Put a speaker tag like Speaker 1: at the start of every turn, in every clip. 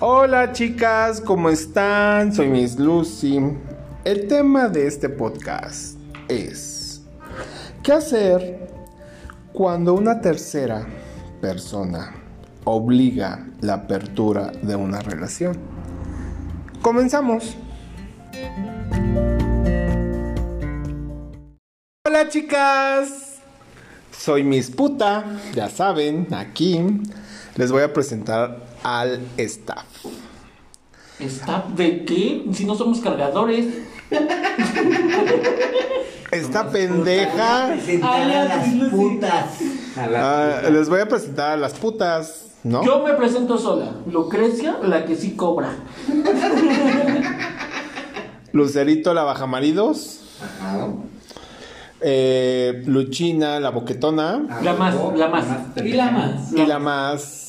Speaker 1: Hola chicas, ¿cómo están? Soy Miss Lucy. El tema de este podcast es ¿qué hacer cuando una tercera persona obliga la apertura de una relación? Comenzamos. Hola chicas, soy Miss Puta, ya saben, aquí les voy a presentar al staff.
Speaker 2: ¿Staff de qué? Si no somos cargadores.
Speaker 1: Esta pendeja,
Speaker 3: Presentar
Speaker 2: Ay,
Speaker 3: a
Speaker 2: ya,
Speaker 3: las
Speaker 2: Lucy.
Speaker 3: putas.
Speaker 1: ah, les voy a presentar a las putas, ¿no?
Speaker 2: Yo me presento sola. Lucrecia, la que sí cobra.
Speaker 1: Lucerito la bajamaridos, eh, Luchina la boquetona
Speaker 2: La más, la más.
Speaker 3: Y la más.
Speaker 1: y la más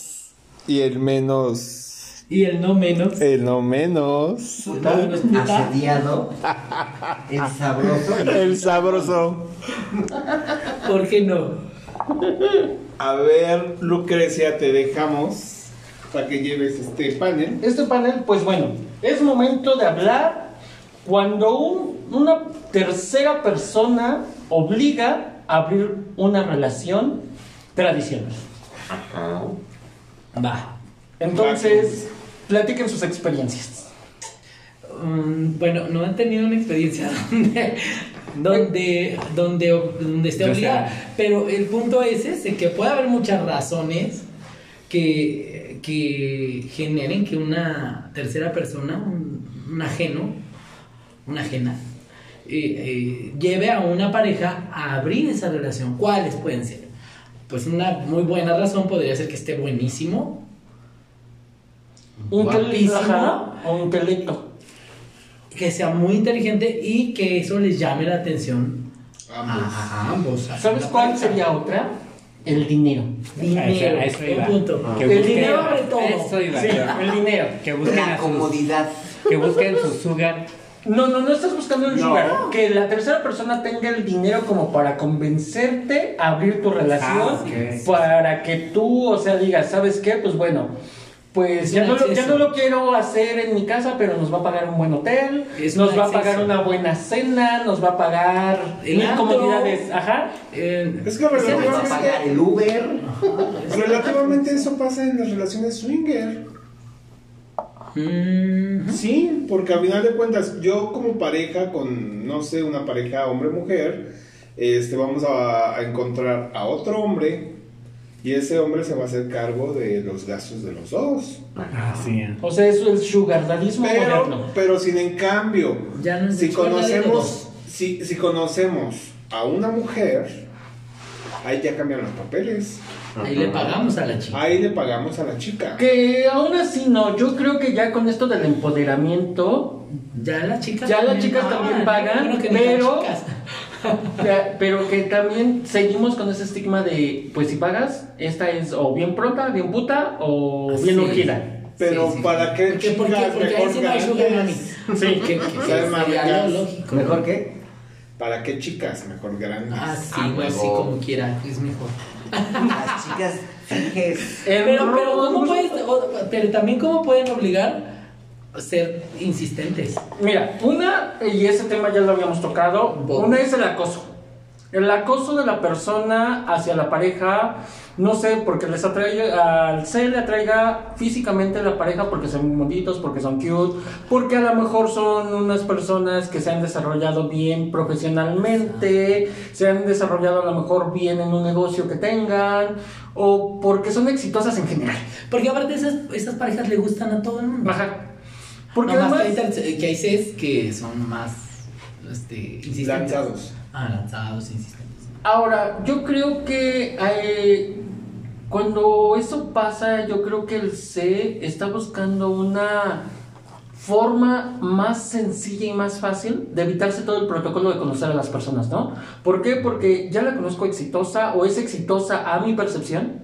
Speaker 1: y el menos,
Speaker 3: Y el no menos.
Speaker 1: el no menos,
Speaker 2: Puta,
Speaker 4: Ah,
Speaker 2: no es puta.
Speaker 3: Asediado. El sabroso.
Speaker 1: el sabroso.
Speaker 3: ¿Por qué no?
Speaker 1: A ver, Lucrecia, te dejamos para que lleves este panel.
Speaker 4: Este panel, pues bueno, es momento de hablar cuando un- una tercera persona obliga a abrir una relación tradicional.
Speaker 3: Va.
Speaker 4: Entonces, platiquen sus experiencias.
Speaker 3: Mm, bueno, no han tenido una experiencia donde donde donde, donde esté
Speaker 5: O sea-
Speaker 3: obligada, pero el punto es ese que puede haber muchas razones que, que generen que una tercera persona, un, un ajeno, una ajena eh, eh, lleve a una pareja a abrir esa relación. ¿Cuáles pueden ser? Pues una muy buena razón podría ser que esté buenísimo,
Speaker 4: Un
Speaker 3: Guapísimo.
Speaker 4: telito, ajá, o un telito.
Speaker 3: que sea muy inteligente y que eso les llame la atención A ambos. a
Speaker 4: ¿Sabes
Speaker 3: la
Speaker 4: cuál
Speaker 3: pareja.
Speaker 4: sería otra? El dinero.
Speaker 3: Dinero.
Speaker 5: A eso- a eso
Speaker 3: un
Speaker 5: iba. Ah.
Speaker 3: punto.
Speaker 5: Que
Speaker 3: El
Speaker 5: busquen-
Speaker 3: dinero abre todo.
Speaker 5: Eso iba.
Speaker 4: Sí, el dinero.
Speaker 5: Que busquen
Speaker 3: La
Speaker 5: a sus,
Speaker 3: comodidad.
Speaker 5: que busquen su sugar.
Speaker 4: No, no, no estás buscando el
Speaker 5: No.
Speaker 4: sugar. Que la tercera persona tenga el dinero como para convencerte a abrir tu relación.
Speaker 5: Ah, ok.
Speaker 4: Para que tú, o sea, digas, ¿sabes qué? Pues bueno, pues
Speaker 3: Es
Speaker 4: ya
Speaker 3: un
Speaker 4: no, lo, ya
Speaker 3: acceso.
Speaker 4: no lo quiero hacer en mi casa, pero nos va a pagar un buen hotel,
Speaker 3: Es
Speaker 4: nos
Speaker 3: un
Speaker 4: va a
Speaker 3: acceso.
Speaker 4: pagar una buena cena, nos va a pagar
Speaker 3: El
Speaker 4: mil
Speaker 3: antro.
Speaker 4: comodidades. Ajá.
Speaker 3: Eh,
Speaker 1: Es que
Speaker 3: se
Speaker 1: relativamente-
Speaker 3: llama-
Speaker 1: el Uber. Relativamente eso pasa en las relaciones swinger.
Speaker 3: Mm,
Speaker 1: Sí, porque al final de cuentas, yo como pareja, con no sé, una pareja hombre-mujer, este, vamos a, a encontrar a otro hombre y ese hombre se va a hacer cargo de los gastos de los dos.
Speaker 4: O sea, eso es sugardadismo
Speaker 1: Pero,
Speaker 4: moderno.
Speaker 1: pero sin en cambio,
Speaker 3: Ya no es
Speaker 1: si
Speaker 3: de escuela,
Speaker 1: conocemos, si, si conocemos a una mujer, ahí ya cambian los papeles.
Speaker 3: Ahí le pagamos a la chica.
Speaker 1: Ahí le pagamos a la chica.
Speaker 4: Que aún así no, yo creo que ya con esto del empoderamiento,
Speaker 3: Ya las chicas
Speaker 4: Ya las chicas también pagan,
Speaker 3: Bueno, que ni tan
Speaker 4: pero-
Speaker 3: chicas.
Speaker 4: Ya, Pero que también seguimos con ese estigma de, pues si pagas, esta es o bien pronta, bien puta o bien
Speaker 3: Sí.
Speaker 4: urgida.
Speaker 1: Pero ¿para qué
Speaker 3: Porque, porque,
Speaker 1: chicas
Speaker 3: porque ahí sí no hay
Speaker 1: mejor
Speaker 3: sugar
Speaker 1: grandes?
Speaker 3: mami.
Speaker 4: Sí.
Speaker 3: Que, que
Speaker 1: Sean
Speaker 3: sería
Speaker 1: mamicas.
Speaker 3: lo lógico.
Speaker 6: ¿Mejor qué?
Speaker 1: ¿Para qué chicas mejor grandes?
Speaker 3: Ah, sí,
Speaker 6: Ah,
Speaker 3: así
Speaker 6: huevo.
Speaker 3: como quiera, es mejor.
Speaker 6: Las chicas finges.
Speaker 3: Pero, pero, ¿cómo puedes, o- pero también cómo pueden obligar a ser insistentes.
Speaker 4: Mira, una, y ese tema ya lo habíamos tocado,
Speaker 3: Bo-
Speaker 4: una es el acoso. El acoso de la persona hacia la pareja, no sé, porque les atrae, al ser le atraiga físicamente a la pareja porque son bonitos, porque son cute, porque a lo mejor son unas personas que se han desarrollado bien profesionalmente, se han desarrollado a lo mejor bien en un negocio que tengan, o porque son exitosas en general.
Speaker 3: Porque aparte esas, esas parejas le gustan a todo el mundo.
Speaker 4: Ajá. Porque
Speaker 3: Nomás
Speaker 4: además...
Speaker 3: que hay ter- que hay sets que son más este, insistentes.
Speaker 1: Lanzados.
Speaker 3: Ah, lanzados, insistentes.
Speaker 4: Ahora, yo creo que eh, cuando eso pasa, yo creo que el C está buscando una forma más sencilla y más fácil de evitarse todo el protocolo de conocer a las personas, ¿no? ¿Por qué? Porque ya la conozco exitosa o es exitosa a mi percepción.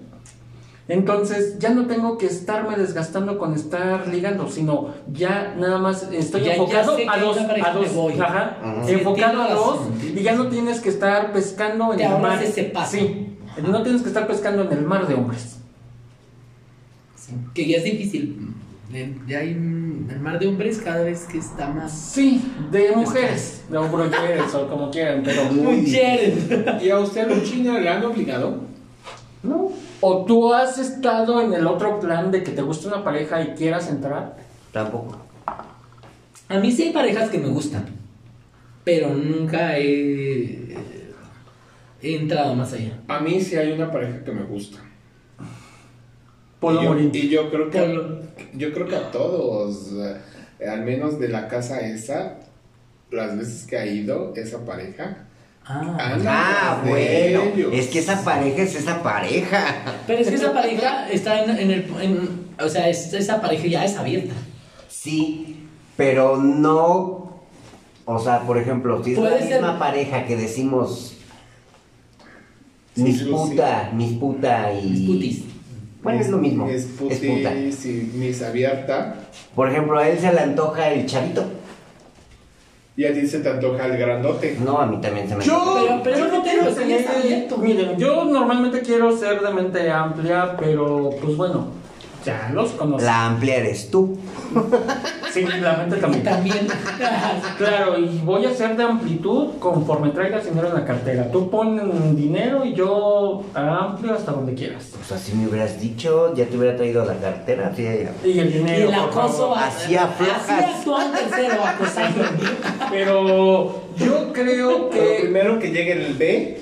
Speaker 4: Entonces ya no tengo que estarme desgastando con estar ligando, sino ya nada más estoy
Speaker 3: Ya- ya
Speaker 4: enfocado
Speaker 3: sé
Speaker 4: a
Speaker 3: que
Speaker 4: dos,
Speaker 3: esa pareja
Speaker 4: a dos,
Speaker 3: me voy.
Speaker 4: ajá,
Speaker 3: Sí,
Speaker 4: enfocado
Speaker 3: tienes
Speaker 4: a dos
Speaker 3: razón, tienes
Speaker 4: y ya no tienes que estar pescando en
Speaker 3: Te
Speaker 4: el
Speaker 3: ahorras
Speaker 4: mar.
Speaker 3: ese paso.
Speaker 4: Sí, no tienes que estar pescando en el mar de hombres.
Speaker 3: Que ya es difícil de- ya hay un- el mar de hombres cada vez que está más...
Speaker 7: Sí, de mujeres. De mujeres o como quieran, pero.
Speaker 3: Mujeres.
Speaker 8: ¿Y a usted, Luchina, le han obligado?
Speaker 7: No. O tú has estado en el otro plan de que te gusta una pareja y quieras entrar.
Speaker 2: Tampoco.
Speaker 3: A mí sí hay parejas que me gustan, pero nunca he, he entrado más allá.
Speaker 1: A mí sí hay una pareja que me gusta.
Speaker 7: Puedo
Speaker 1: y, yo,
Speaker 7: morir.
Speaker 1: y yo creo que
Speaker 3: Polo.
Speaker 1: yo creo que a todos, eh, al menos de la casa esa, las veces que ha ido esa pareja,
Speaker 3: Ah,
Speaker 1: anda
Speaker 2: Ah,
Speaker 1: detrás de
Speaker 2: bueno.
Speaker 1: ellos.
Speaker 2: Es que esa pareja es esa pareja.
Speaker 3: pero es que esa pareja está en, en el... en- o sea, es- esa pareja ya es abierta.
Speaker 2: Sí, pero no. O sea, por ejemplo, si es la
Speaker 3: Puede ser-
Speaker 2: misma pareja que decimos.
Speaker 1: Sí,
Speaker 2: Mis
Speaker 1: sí, sí.
Speaker 2: puta, mis puta y.
Speaker 3: Mis putis.
Speaker 2: Bueno, es lo mismo.
Speaker 1: Mis
Speaker 2: Es
Speaker 1: putis
Speaker 2: puta.
Speaker 1: y mis abierta.
Speaker 2: Por ejemplo, a él se le antoja el chavito.
Speaker 1: Y a ti se te antoja el grandote.
Speaker 2: No, a mí también se me antoja.
Speaker 3: Pero- pero no tengo
Speaker 7: quiero
Speaker 3: tener-
Speaker 7: Miren, yo normalmente quiero ser de mente amplia, pero pues bueno, ya los conozco.
Speaker 2: La amplia eres tú.
Speaker 7: Sí, la mente también.
Speaker 3: También.
Speaker 7: Claro, y voy a hacer de amplitud conforme traigas dinero en la cartera. Tú pon dinero y yo amplio hasta donde quieras.
Speaker 2: Pues así me hubieras dicho, ya te hubiera traído la cartera. así de-
Speaker 7: Y el dinero.
Speaker 3: Y el
Speaker 7: por
Speaker 3: acoso
Speaker 7: favor.
Speaker 3: va-
Speaker 2: Así aflojas.
Speaker 3: Así actúa un tercero acosando.
Speaker 7: Pero yo
Speaker 1: Pero
Speaker 7: creo que.
Speaker 1: primero que llegue el B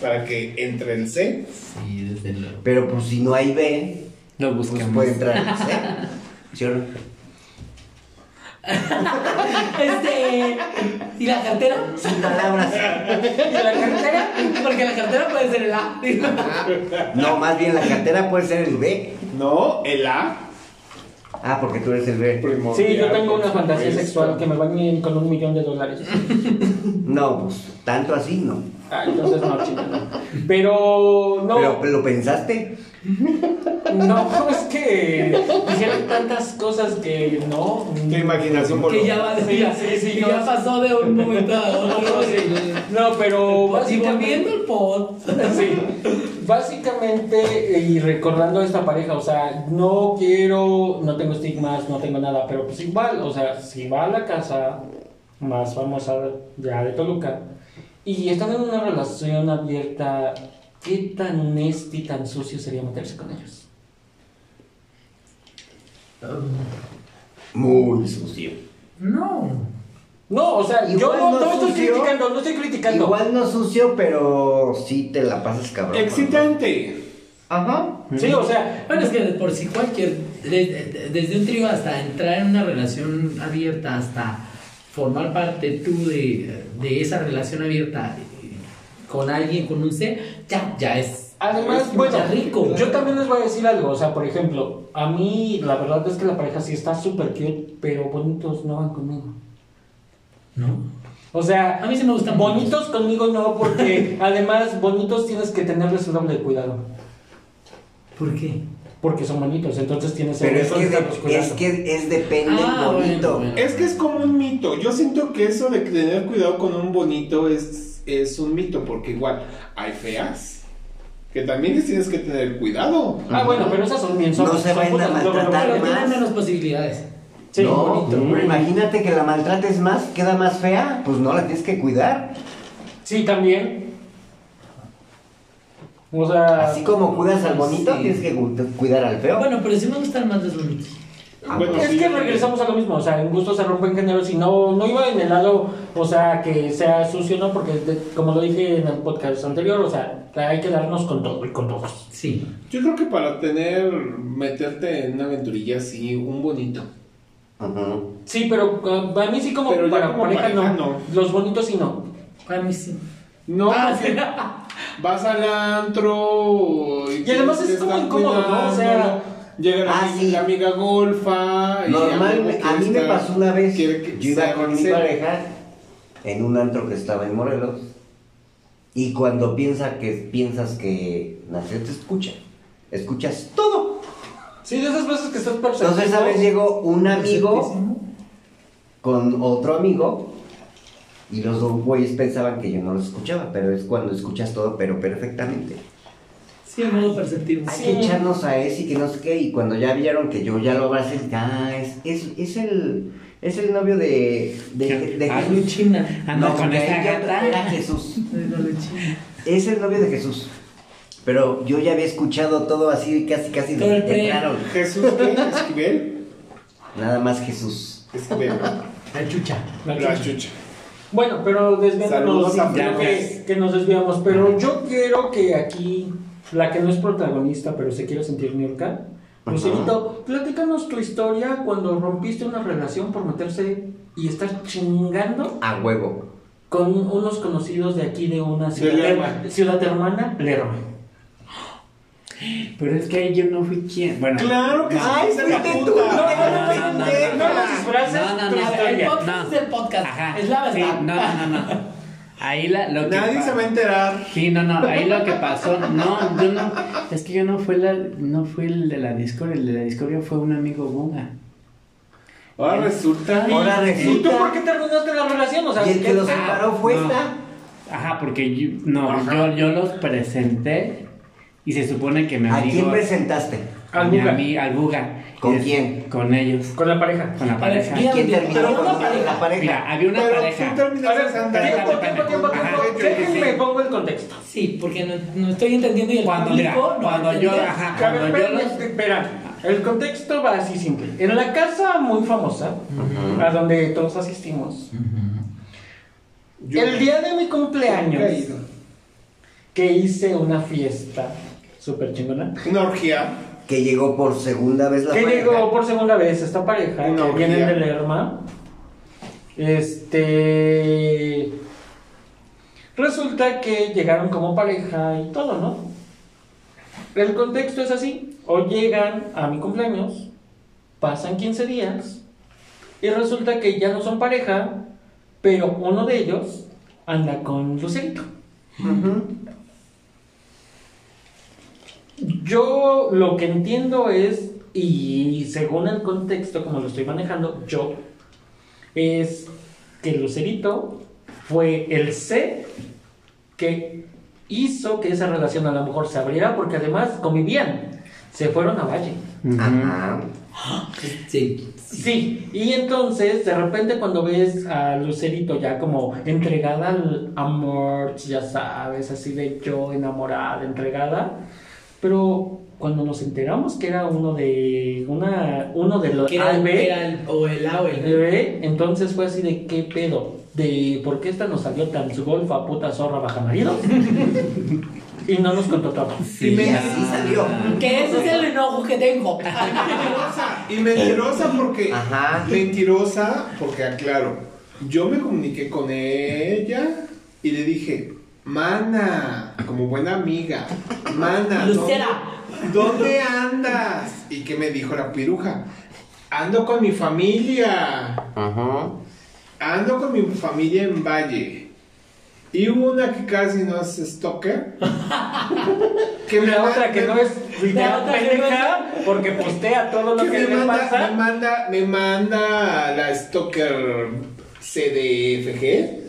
Speaker 1: para que entre el C.
Speaker 3: Sí, desde luego.
Speaker 2: Pero pues si no hay B,
Speaker 9: Lo
Speaker 2: pues
Speaker 9: busquemos.
Speaker 2: puede entrar el C. ¿Sí o no?
Speaker 3: Este. ¿Y la cartera?
Speaker 2: Sin palabras.
Speaker 7: ¿Y la cartera?
Speaker 3: Porque la cartera puede ser el A.
Speaker 2: No, más bien la cartera puede ser el B.
Speaker 1: No, el A.
Speaker 2: Ah, porque tú eres el B.
Speaker 1: primordial,
Speaker 7: Sí, yo tengo una
Speaker 1: por
Speaker 7: fantasía
Speaker 1: supuesto.
Speaker 7: sexual que me bañen con un millón de dólares.
Speaker 2: No, pues tanto así no.
Speaker 7: Ah, entonces no, chica, no. Pero no.
Speaker 2: Pero lo pensaste.
Speaker 7: No, es que dijeron tantas cosas que no.
Speaker 1: Tu imaginación voló.
Speaker 3: Que ya va de
Speaker 7: Sí, sí, sí,
Speaker 3: que
Speaker 7: no.
Speaker 3: ya pasó de un momento a otro.
Speaker 7: No, pero
Speaker 3: Pues, Y volviendo
Speaker 7: básicamente,
Speaker 3: al pod.
Speaker 7: sí, básicamente eh, y recordando a esta pareja, o sea, no quiero, no tengo estigmas, no tengo nada, pero pues igual, o sea, si va a la casa más famosa ya de Toluca y están en una relación abierta, ¿qué tan nasty, tan sucio sería meterse con ellos?
Speaker 2: Muy sucio.
Speaker 3: No.
Speaker 7: No, o sea, yo
Speaker 2: Igual
Speaker 7: no,
Speaker 2: no
Speaker 7: no estoy
Speaker 2: sucio.
Speaker 7: criticando, no estoy criticando.
Speaker 2: Igual no sucio, pero sí te la pasas cabrón.
Speaker 1: Excitante.
Speaker 2: Ajá.
Speaker 7: Sí, o sea,
Speaker 3: Bueno, es que de por si cualquier. de- de- desde un trío hasta entrar en una relación abierta, hasta formar parte tú de, de esa relación abierta eh, con alguien, con un ser, ya, ya es.
Speaker 7: Además,
Speaker 3: es
Speaker 7: bueno,
Speaker 3: ya rico.
Speaker 7: yo también les voy a decir algo, o sea, por ejemplo, a mí la verdad es que la pareja sí está súper cute, pero bonitos no van conmigo.
Speaker 3: ¿No?
Speaker 7: O sea,
Speaker 3: A mí sí me gustan
Speaker 7: bonitos conmigo no, porque además bonitos tienes que tenerles el doble de cuidado,
Speaker 3: ¿Por qué?
Speaker 7: porque son bonitos, entonces tienes
Speaker 2: Pero es
Speaker 7: obligación
Speaker 2: que,
Speaker 7: de estarlos
Speaker 2: de- es
Speaker 7: cuidando.
Speaker 2: que es depende
Speaker 3: Ah,
Speaker 2: el
Speaker 3: bueno,
Speaker 2: bonito.
Speaker 3: bueno.
Speaker 1: Es que es como un mito. Yo siento que eso de tener cuidado con un bonito es, es un mito, porque igual hay feas que también les tienes que tener cuidado.
Speaker 7: Ah, bueno, pero esas son bien son-
Speaker 2: No se
Speaker 7: son
Speaker 2: vayan a
Speaker 7: putas, luego, luego,
Speaker 2: maltratar.
Speaker 3: Pero
Speaker 7: luego.
Speaker 3: tiene
Speaker 2: Además-
Speaker 3: menos posibilidades.
Speaker 7: Sí,
Speaker 2: no,
Speaker 7: bonito.
Speaker 2: pero imagínate que la maltrates más, queda más fea, pues no la tienes que cuidar.
Speaker 7: Sí, también. O sea,
Speaker 2: Así como cuidas al bonito,
Speaker 3: Sí.
Speaker 2: tienes que cu- cuidar al feo.
Speaker 3: Bueno, pero sí me gustan más los bonitos.
Speaker 2: Ah,
Speaker 1: Bueno,
Speaker 2: pues,
Speaker 7: Es que regresamos a lo mismo, o sea, en gusto se rompen géneros y no, no iba en el lado, o sea, que sea sucio, ¿no? Porque de- como lo dije en el podcast anterior, o sea, hay que darnos con todo y con todos.
Speaker 3: Sí.
Speaker 1: Yo creo que para tener, meterte en una aventurilla así, un bonito.
Speaker 2: ujú.
Speaker 7: Sí, pero eh, a mí sí como
Speaker 1: Pero ya
Speaker 7: para
Speaker 1: como
Speaker 7: pareja,
Speaker 1: pareja,
Speaker 7: no.
Speaker 1: no.
Speaker 7: Los bonitos sí no.
Speaker 3: Para mí sí.
Speaker 1: No,
Speaker 3: Ah,
Speaker 1: porque vas al antro
Speaker 7: Y además es
Speaker 1: te
Speaker 7: como
Speaker 1: están
Speaker 7: incómodo, ¿no? O sea-
Speaker 1: Llega la,
Speaker 2: Ah,
Speaker 1: ami-
Speaker 2: sí.
Speaker 1: la amiga golfa. y
Speaker 2: Normal,
Speaker 1: luego
Speaker 2: a mí
Speaker 1: quiere
Speaker 2: me
Speaker 1: estar-
Speaker 2: pasó una vez,
Speaker 1: quiere que
Speaker 2: yo iba
Speaker 1: sea
Speaker 2: con mi
Speaker 1: Giselle.
Speaker 2: pareja en un antro que estaba en Morelos y cuando piensa que piensas que Nacer te escucha, escuchas todo.
Speaker 7: Sí, de esas veces que estás perseguido.
Speaker 2: Entonces, esa vez llegó un amigo
Speaker 3: Perfectísimo.
Speaker 2: con otro amigo y los dos güeyes pensaban que yo no los escuchaba, pero es cuando escuchas todo, pero perfectamente.
Speaker 4: Sí, en modo perceptivo.
Speaker 2: Hay que echarnos a ese y que no sé qué. Y cuando ya vieron que yo ya lo abracé, ah, es, es, es el. Es el novio de. de, de, de
Speaker 3: Ah,
Speaker 2: Jesús.
Speaker 4: Luchina.
Speaker 3: Anda con
Speaker 2: porque
Speaker 3: esta
Speaker 2: ella
Speaker 3: gata.
Speaker 2: Era Jesús.
Speaker 4: Lo de China.
Speaker 2: Es el novio de Jesús. Pero yo ya había escuchado todo así, casi, casi
Speaker 4: Todo el pre.
Speaker 2: claro.
Speaker 1: Jesús, ¿qué? Esquivel.
Speaker 2: Nada más Jesús.
Speaker 1: Esquivel, ¿no?
Speaker 4: La chucha.
Speaker 1: La chucha.
Speaker 7: Bueno, pero desviándonos,
Speaker 1: Saludos a
Speaker 7: creo que, que nos desviamos. Pero yo quiero que aquí, la que no es protagonista, pero se quiere sentir Niurka,
Speaker 2: Ajá.
Speaker 7: Lucerito, platícanos tu historia cuando rompiste una relación por meterse y estar chingando
Speaker 2: A huevo.
Speaker 7: con unos conocidos de aquí de una ciudad,
Speaker 1: Lerma.
Speaker 7: ciudad hermana, Lerma.
Speaker 3: Pero es que ahí yo no fui quien. Bueno.
Speaker 1: Claro que sí.
Speaker 2: Ay,
Speaker 1: hija de la
Speaker 2: fuiste
Speaker 1: puta.
Speaker 2: tú.
Speaker 7: No,
Speaker 3: no,
Speaker 7: no, no,
Speaker 3: no,
Speaker 7: no, no las disfraces,
Speaker 3: No, no,
Speaker 7: tu
Speaker 3: no.
Speaker 4: A ver, el
Speaker 7: historia.
Speaker 4: podcast
Speaker 3: No.
Speaker 4: es el podcast.
Speaker 3: Ajá.
Speaker 4: Es la verdad.
Speaker 3: Sí, no, no, no, no. Ahí la, lo que
Speaker 1: Nadie
Speaker 3: pa-
Speaker 1: se va a enterar.
Speaker 3: Sí, no, no, ahí lo que pasó, no, yo no, es que yo no fui la, no fui el de la discordia, el de la discordia fue un amigo bunga.
Speaker 1: Ahora resulta.
Speaker 2: Ahora
Speaker 7: ¿Y tú
Speaker 2: resulta.
Speaker 7: por qué terminaste la relación? O sea,
Speaker 2: Y el
Speaker 7: ¿qué-
Speaker 2: que los
Speaker 7: ah,
Speaker 2: separó fue
Speaker 3: no.
Speaker 2: esta.
Speaker 3: Ajá, porque yo, no, yo, yo los presenté y se supone que mi
Speaker 2: ¿A
Speaker 3: amigo.
Speaker 2: quién presentaste?
Speaker 3: Al
Speaker 7: Al
Speaker 3: mi
Speaker 7: Buga.
Speaker 3: ami- al Buga.
Speaker 2: ¿Con
Speaker 3: Y es-
Speaker 2: quién?
Speaker 3: Con ellos,
Speaker 7: Con la pareja.
Speaker 3: con la pareja.
Speaker 4: Bien,
Speaker 2: ¿Quién
Speaker 4: Eh, bien,
Speaker 2: terminó
Speaker 4: pero
Speaker 2: con
Speaker 4: una
Speaker 2: una de
Speaker 4: pareja.
Speaker 2: la pareja?
Speaker 3: Mira, había una
Speaker 1: Pero tú
Speaker 3: pareja.
Speaker 7: A
Speaker 1: terminaste
Speaker 7: ver,
Speaker 1: Santa
Speaker 7: tiempo,
Speaker 1: Ana.
Speaker 7: tiempo, tiempo, tiempo.
Speaker 3: Ajá.
Speaker 7: Déjenme pongo el contexto.
Speaker 4: Sí, porque no, no estoy entendiendo y el
Speaker 3: Cuando, mira,
Speaker 4: público no va a
Speaker 3: cuando yo,
Speaker 4: entender.
Speaker 1: Ah,
Speaker 3: ajá,
Speaker 7: A
Speaker 3: cuando
Speaker 7: ver,
Speaker 3: yo
Speaker 7: espérame,
Speaker 3: los.
Speaker 7: espera. El contexto va así simple. En la casa muy famosa, a donde todos asistimos,
Speaker 1: Yo-
Speaker 7: el día de mi
Speaker 1: Nunca he
Speaker 7: cumpleaños,
Speaker 1: ido.
Speaker 7: que hice una fiesta súper chingona,
Speaker 1: Una orgía.
Speaker 2: Que llegó por segunda vez la
Speaker 7: que
Speaker 2: pareja.
Speaker 7: llegó por segunda vez esta pareja,
Speaker 1: Una
Speaker 7: que vienen
Speaker 1: orgía.
Speaker 7: de Lerma. Este. Resulta que llegaron como pareja y todo, ¿no? El contexto es así: o llegan a mi cumpleaños, pasan 15 días, y resulta que ya no son pareja, pero uno de ellos anda con Lucerito. Yo lo que entiendo es, y según el contexto como lo estoy manejando, yo, es que Lucerito fue el C que hizo que esa relación a lo mejor se abriera porque además convivían, se fueron a Valle.
Speaker 2: Ajá.
Speaker 4: Sí.
Speaker 7: Sí, y entonces de repente cuando ves a Lucerito ya como entregada al amor, ya sabes, así de yo enamorada, entregada, pero cuando nos enteramos que era uno de una uno de los
Speaker 4: Que era,
Speaker 7: al B,
Speaker 4: que era el, o el A o el
Speaker 7: al B, entonces fue así de qué pedo, de por qué esta nos salió tan su golfa puta zorra baja marido y no nos contó todo.
Speaker 2: Sí, y así salió.
Speaker 4: Que ese es el enojo que tengo.
Speaker 1: Mentirosa. Y mentirosa porque.
Speaker 2: Eh, Ajá.
Speaker 1: Mentirosa porque, aclaro, yo me comuniqué con ella y le dije, Mana, como buena amiga, Mana,
Speaker 4: Lucera.
Speaker 1: ¿dó- ¿dónde andas? Y que me dijo la piruja, ando con mi familia,
Speaker 2: Ajá.
Speaker 1: ando con mi familia en Valle. Y hubo una que casi no es stalker. que
Speaker 7: La otra
Speaker 1: ma-
Speaker 7: que
Speaker 1: me-
Speaker 7: no es
Speaker 4: La otra que no es-
Speaker 7: pendeja porque postea todo lo
Speaker 1: que
Speaker 7: que
Speaker 1: me,
Speaker 7: le
Speaker 1: manda,
Speaker 7: pasa.
Speaker 1: me manda, me manda la stalker CDFG.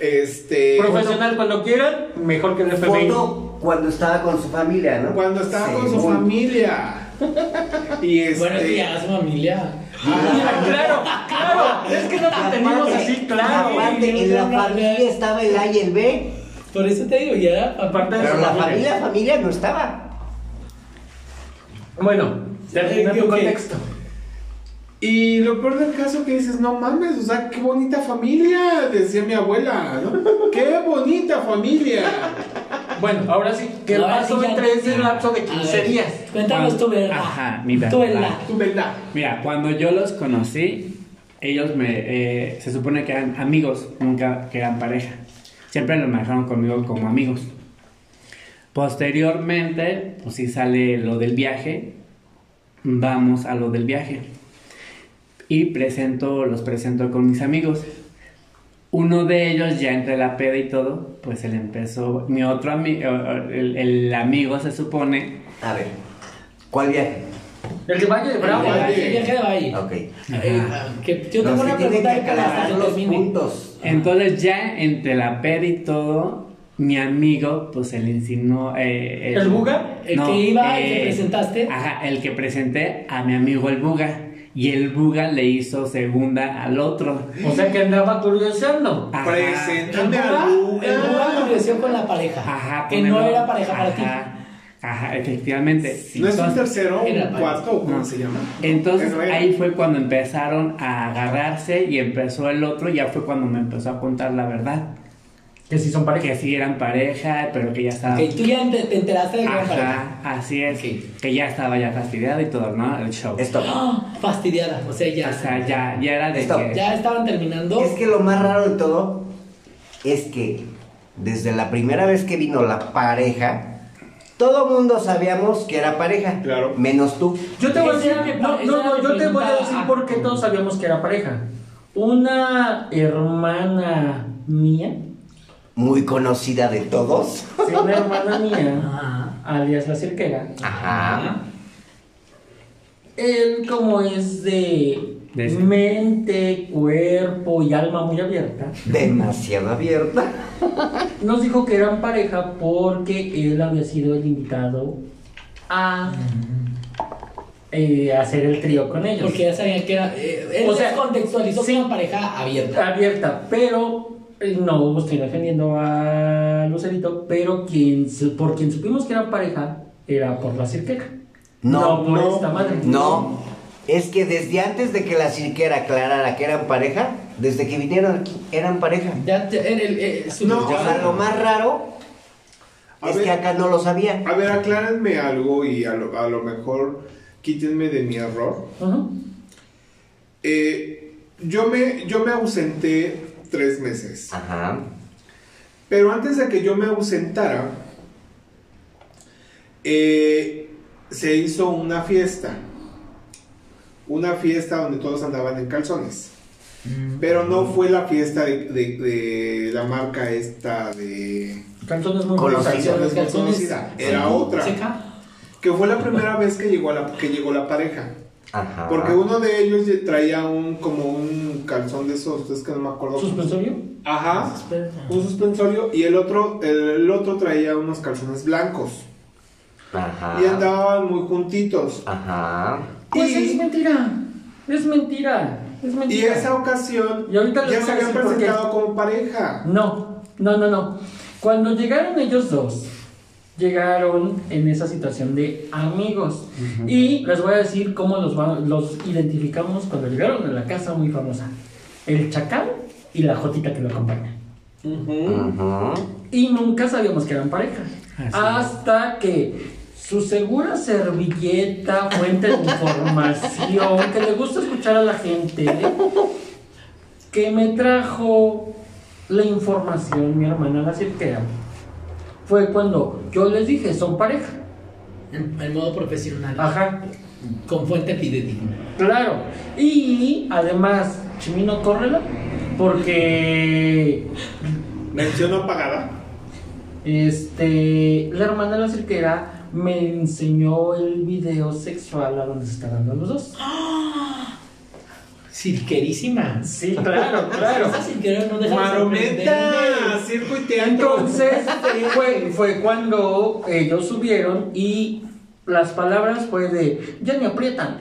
Speaker 1: Este.
Speaker 7: Profesional cuando quieran, mejor que el FBI.
Speaker 2: Eh, Foto cuando estaba con su familia, ¿no?
Speaker 1: Cuando estaba con su
Speaker 2: Según.
Speaker 1: familia. Y este.
Speaker 4: Buenos días, familia.
Speaker 7: Ah, claro, claro. Es que no te tenemos
Speaker 2: Aparte-
Speaker 7: así, claro.
Speaker 2: Aparte, en la familia estaba el A y el B.
Speaker 4: Por eso te digo, ya era
Speaker 7: Aparte de
Speaker 2: Pero
Speaker 7: su
Speaker 2: la
Speaker 7: familia.
Speaker 2: familia, familia no estaba.
Speaker 7: Bueno, termina
Speaker 4: Sí,
Speaker 7: tu
Speaker 4: ok.
Speaker 7: contexto.
Speaker 1: Y lo peor del caso que dices, no mames, o sea, qué bonita familia, decía mi abuela, ¿no? qué bonita familia.
Speaker 7: Bueno, ahora sí, ¿qué
Speaker 4: Ahora
Speaker 7: pasó
Speaker 4: sí ya-
Speaker 7: entre ese lapso de
Speaker 4: A
Speaker 7: 15
Speaker 4: ver,
Speaker 7: días?
Speaker 4: Cuéntanos tu verdad.
Speaker 3: Ajá, mi
Speaker 4: Tu
Speaker 3: verdad.
Speaker 4: verdad.
Speaker 1: Tu verdad.
Speaker 3: Mira, cuando yo los conocí, ellos me. eh, se supone que eran amigos, nunca que eran pareja. Siempre los manejaron conmigo como amigos. Posteriormente, pues sí sale lo del viaje. Vamos a lo del viaje. Y presento, los presento con mis amigos. Uno de ellos, ya entre la peda y todo, pues él empezó. Mi otro amigo, el, el amigo se supone,
Speaker 2: A ver, ¿cuál viaje?
Speaker 7: El de Valle de Bravo.
Speaker 1: Valle.
Speaker 4: El viaje de Bahía.
Speaker 2: Ok.
Speaker 4: Eh, que yo tengo
Speaker 2: No,
Speaker 4: una
Speaker 2: se tienen
Speaker 4: pregunta
Speaker 2: que
Speaker 4: de cada
Speaker 2: aclarar
Speaker 4: hasta que
Speaker 2: los
Speaker 4: termine.
Speaker 2: puntos.
Speaker 3: Entonces ya entre la peda y todo, mi amigo, pues él insinuó. eh,
Speaker 7: ¿El Buga?
Speaker 4: El que iba, el que presentaste.
Speaker 3: Ajá, el que presenté a mi amigo el Buga. Y el Buga le hizo segunda al otro.
Speaker 7: ¿eh? O sea que andaba curioseando.
Speaker 3: Ajá.
Speaker 1: Preséntame
Speaker 4: El
Speaker 1: a
Speaker 4: Buda- el
Speaker 1: Luga.
Speaker 4: Buda curioseó con la pareja.
Speaker 3: Ajá,
Speaker 4: que no
Speaker 3: ponelo-
Speaker 4: era pareja para ti.
Speaker 3: ajá, Ajá, efectivamente.
Speaker 1: ¿No es un
Speaker 3: Entonces-
Speaker 1: tercero,
Speaker 4: Era
Speaker 1: un
Speaker 4: para-
Speaker 1: cuarto o cómo
Speaker 3: no.
Speaker 1: se llama?
Speaker 3: Entonces
Speaker 1: Que no era.
Speaker 3: ahí fue cuando empezaron a agarrarse y empezó el otro, ya fue cuando me empezó a contar la verdad.
Speaker 7: Que si son pareja.
Speaker 3: Que sí eran pareja, pero que ya estaba...
Speaker 4: Ok, tú ya te, te enteraste de que era pareja.
Speaker 3: Ajá, así es.
Speaker 4: Ok.
Speaker 3: Que ya estaba ya fastidiado y todo, ¿no? El show.
Speaker 2: Stop.
Speaker 4: Ah, fastidiada, o sea, ya.
Speaker 3: O sea, ya, ya era de
Speaker 2: Stop.
Speaker 3: que...
Speaker 4: Ya estaban terminando.
Speaker 2: Es que lo más raro de todo es que desde la primera vez que vino la pareja, todo mundo sabíamos que era pareja.
Speaker 1: Claro.
Speaker 2: Menos tú.
Speaker 7: Yo te voy a decir,
Speaker 4: Esa era mi-
Speaker 7: no,
Speaker 4: esa
Speaker 7: no,
Speaker 4: era
Speaker 7: no,
Speaker 4: mi
Speaker 7: yo te voy a
Speaker 4: pregunta.
Speaker 7: decir por qué todos sabíamos que era pareja. Una hermana mía,
Speaker 2: Muy conocida de todos.
Speaker 7: sí, una hermana mía,
Speaker 4: Ajá.
Speaker 7: alias la cirquera,
Speaker 2: Ajá.
Speaker 7: él como es de
Speaker 3: De este.
Speaker 7: mente, cuerpo y alma muy abierta,
Speaker 2: Demasiado abierta.
Speaker 7: nos dijo que eran pareja porque él había sido el invitado a eh, hacer el trío con ellos.
Speaker 4: Porque ya sabían que era. eh, él
Speaker 7: O sea,
Speaker 4: les contextualizó
Speaker 7: sí.
Speaker 4: como pareja abierta.
Speaker 7: abierta, pero eh, no estoy defendiendo a Lucerito, pero quien su- por quien supimos que eran pareja era por la cirquera.
Speaker 2: No,
Speaker 7: por
Speaker 1: no,
Speaker 7: esta madre.
Speaker 2: No. Es que desde antes de que la cirquera aclarara que eran pareja, desde que vinieron aquí, eran pareja.
Speaker 4: Ya, te- el- el- eh, su-
Speaker 1: No,
Speaker 2: O sea, lo más raro
Speaker 1: A
Speaker 2: es
Speaker 1: ver.
Speaker 2: que acá no lo sabía.
Speaker 1: A ver, aclárenme algo y a lo, a lo mejor quítenme de mi error.
Speaker 7: Ajá.
Speaker 1: Eh, yo, me, yo me ausenté tres meses.
Speaker 2: Ajá.
Speaker 1: Pero antes de que yo me ausentara, eh, se hizo una fiesta. Una fiesta donde todos andaban en calzones. Pero no fue la fiesta de, de- de la marca esta de
Speaker 7: Cantones muy
Speaker 2: Con los
Speaker 7: buenos.
Speaker 2: calzones.
Speaker 1: calzones muy conocida. Era otra.
Speaker 4: Seca.
Speaker 1: Que fue la primera vez que llegó, a la, que llegó la pareja.
Speaker 2: Ajá.
Speaker 1: Porque uno de ellos ya traía un como un calzón de esos, es que no me acuerdo.
Speaker 7: ¿Suspensorio?
Speaker 1: Ajá. Un suspensorio y el otro el, el otro traía unos calzones blancos
Speaker 2: Ajá.
Speaker 1: y andaban muy juntitos.
Speaker 2: Ajá.
Speaker 7: Pues
Speaker 1: Y-
Speaker 7: es mentira. Es mentira. Es
Speaker 1: Y
Speaker 7: mentira.
Speaker 1: esa ocasión
Speaker 7: Y ahorita les
Speaker 1: ya
Speaker 7: voy
Speaker 1: se
Speaker 7: a
Speaker 1: habían
Speaker 7: decir por qué.
Speaker 1: presentado como pareja.
Speaker 7: No, no, no, no. Cuando llegaron ellos dos, llegaron en esa situación de amigos. Y les voy a decir cómo los, va- los identificamos cuando llegaron a la casa muy famosa. El chacal y la jotita que lo acompaña.
Speaker 2: Ajá.
Speaker 7: Y nunca sabíamos que eran pareja.
Speaker 3: Así es.
Speaker 7: Hasta que su segura servilleta, fuente de información, que le gusta escuchar a la gente, que me trajo la información mi hermana la cirquera, fue cuando yo les dije, son pareja.
Speaker 4: En, en modo profesional.
Speaker 7: Ajá,
Speaker 4: Con fuente fidedigna.
Speaker 7: claro. Y además, Chimino, córrela, porque
Speaker 1: Mención no pagada.
Speaker 7: Este, la hermana de la cirquera me enseñó el video sexual a donde se están dando los dos.
Speaker 4: Cirquerísima.
Speaker 7: Sí, claro, claro.
Speaker 4: Esa cirquera no deja de
Speaker 1: Marometa,
Speaker 4: sorprenderme.
Speaker 1: circo y teatro.
Speaker 7: Entonces eh, fue, fue cuando ellos subieron y las palabras fue de ya ni aprietan.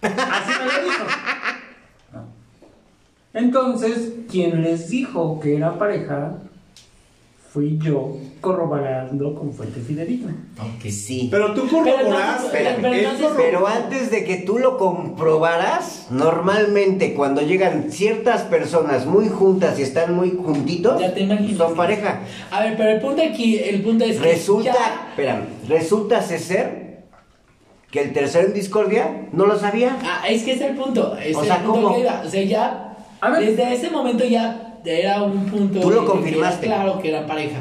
Speaker 7: Así me lo dijo. Entonces, quien les dijo que era pareja fui yo corroborando con fuente fidedigna.
Speaker 4: Ok.
Speaker 2: Sí.
Speaker 1: Pero tú corroboraste.
Speaker 4: Pero entonces- pero
Speaker 1: él
Speaker 4: entonces-
Speaker 1: corroboró.
Speaker 2: Pero antes de que tú lo comprobaras, normalmente cuando llegan ciertas personas muy juntas y están muy juntitos,
Speaker 4: Ya te imaginas.
Speaker 2: son pareja.
Speaker 4: A ver, pero el punto aquí, el punto es que
Speaker 2: Resulta,
Speaker 4: ya-
Speaker 2: espérame, resulta ser que el tercero en discordia no lo sabía.
Speaker 4: Ah, es que es el punto. Es
Speaker 2: O
Speaker 4: el
Speaker 2: sea,
Speaker 4: punto
Speaker 2: ¿cómo?
Speaker 4: que iba. O sea, ya.
Speaker 7: A ver.
Speaker 4: Desde ese momento ya era un punto.
Speaker 2: Tú lo
Speaker 4: en el que
Speaker 2: confirmaste.
Speaker 4: era Claro que era pareja.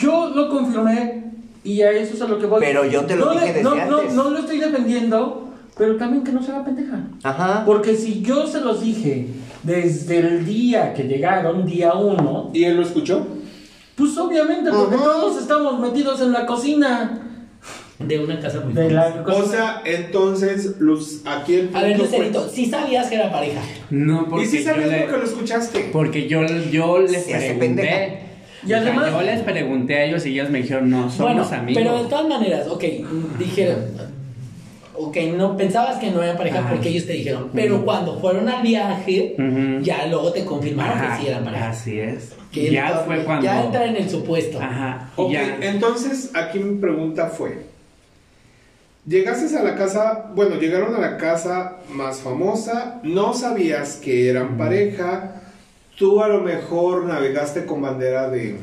Speaker 7: Yo lo confirmé y a eso es a lo que voy.
Speaker 2: Pero yo te lo
Speaker 7: No
Speaker 2: dije
Speaker 7: le-
Speaker 2: desde
Speaker 7: no, no,
Speaker 2: antes.
Speaker 7: No, lo estoy defendiendo, pero también que no se haga pendeja.
Speaker 2: Ajá.
Speaker 7: Porque si yo se los dije desde el día que llegaron, día uno,
Speaker 1: ¿Y él lo escuchó?
Speaker 7: pues obviamente porque
Speaker 2: Ajá.
Speaker 7: todos estamos metidos en la cocina.
Speaker 4: De una casa muy
Speaker 7: De
Speaker 4: famosa.
Speaker 7: la
Speaker 1: O
Speaker 7: cocina.
Speaker 1: sea, entonces, Luz, aquí el
Speaker 4: A ver,
Speaker 1: punto
Speaker 3: Pues,
Speaker 1: fue-
Speaker 4: Lucerito, si sabías que era pareja.
Speaker 3: No, porque
Speaker 1: ¿Y si
Speaker 3: yo
Speaker 1: sabes
Speaker 3: le-
Speaker 1: lo que lo escuchaste?
Speaker 3: Porque yo, yo les
Speaker 2: Se hace
Speaker 3: pregunté.
Speaker 2: pendeja.
Speaker 10: Y además,
Speaker 3: yo les pregunté a ellos y ellos me dijeron, no, somos
Speaker 4: bueno,
Speaker 3: amigos.
Speaker 4: pero de todas maneras, ok, dijeron, ok, no pensabas que no era pareja
Speaker 3: Ajá.
Speaker 4: porque ellos te dijeron, pero
Speaker 3: Ujú.
Speaker 4: cuando fueron al viaje,
Speaker 3: Ujú.
Speaker 4: ya luego te confirmaron
Speaker 3: Ajá,
Speaker 4: que sí eran pareja.
Speaker 3: Así es.
Speaker 4: Que
Speaker 3: ya
Speaker 4: entonces,
Speaker 3: fue cuando.
Speaker 4: Ya entra en el supuesto.
Speaker 3: Ajá. y
Speaker 1: Ok,
Speaker 3: ya.
Speaker 1: entonces aquí mi pregunta fue: Llegaste a la casa, bueno, llegaron a la casa más famosa, no sabías que eran pareja, tú a lo mejor navegaste con bandera de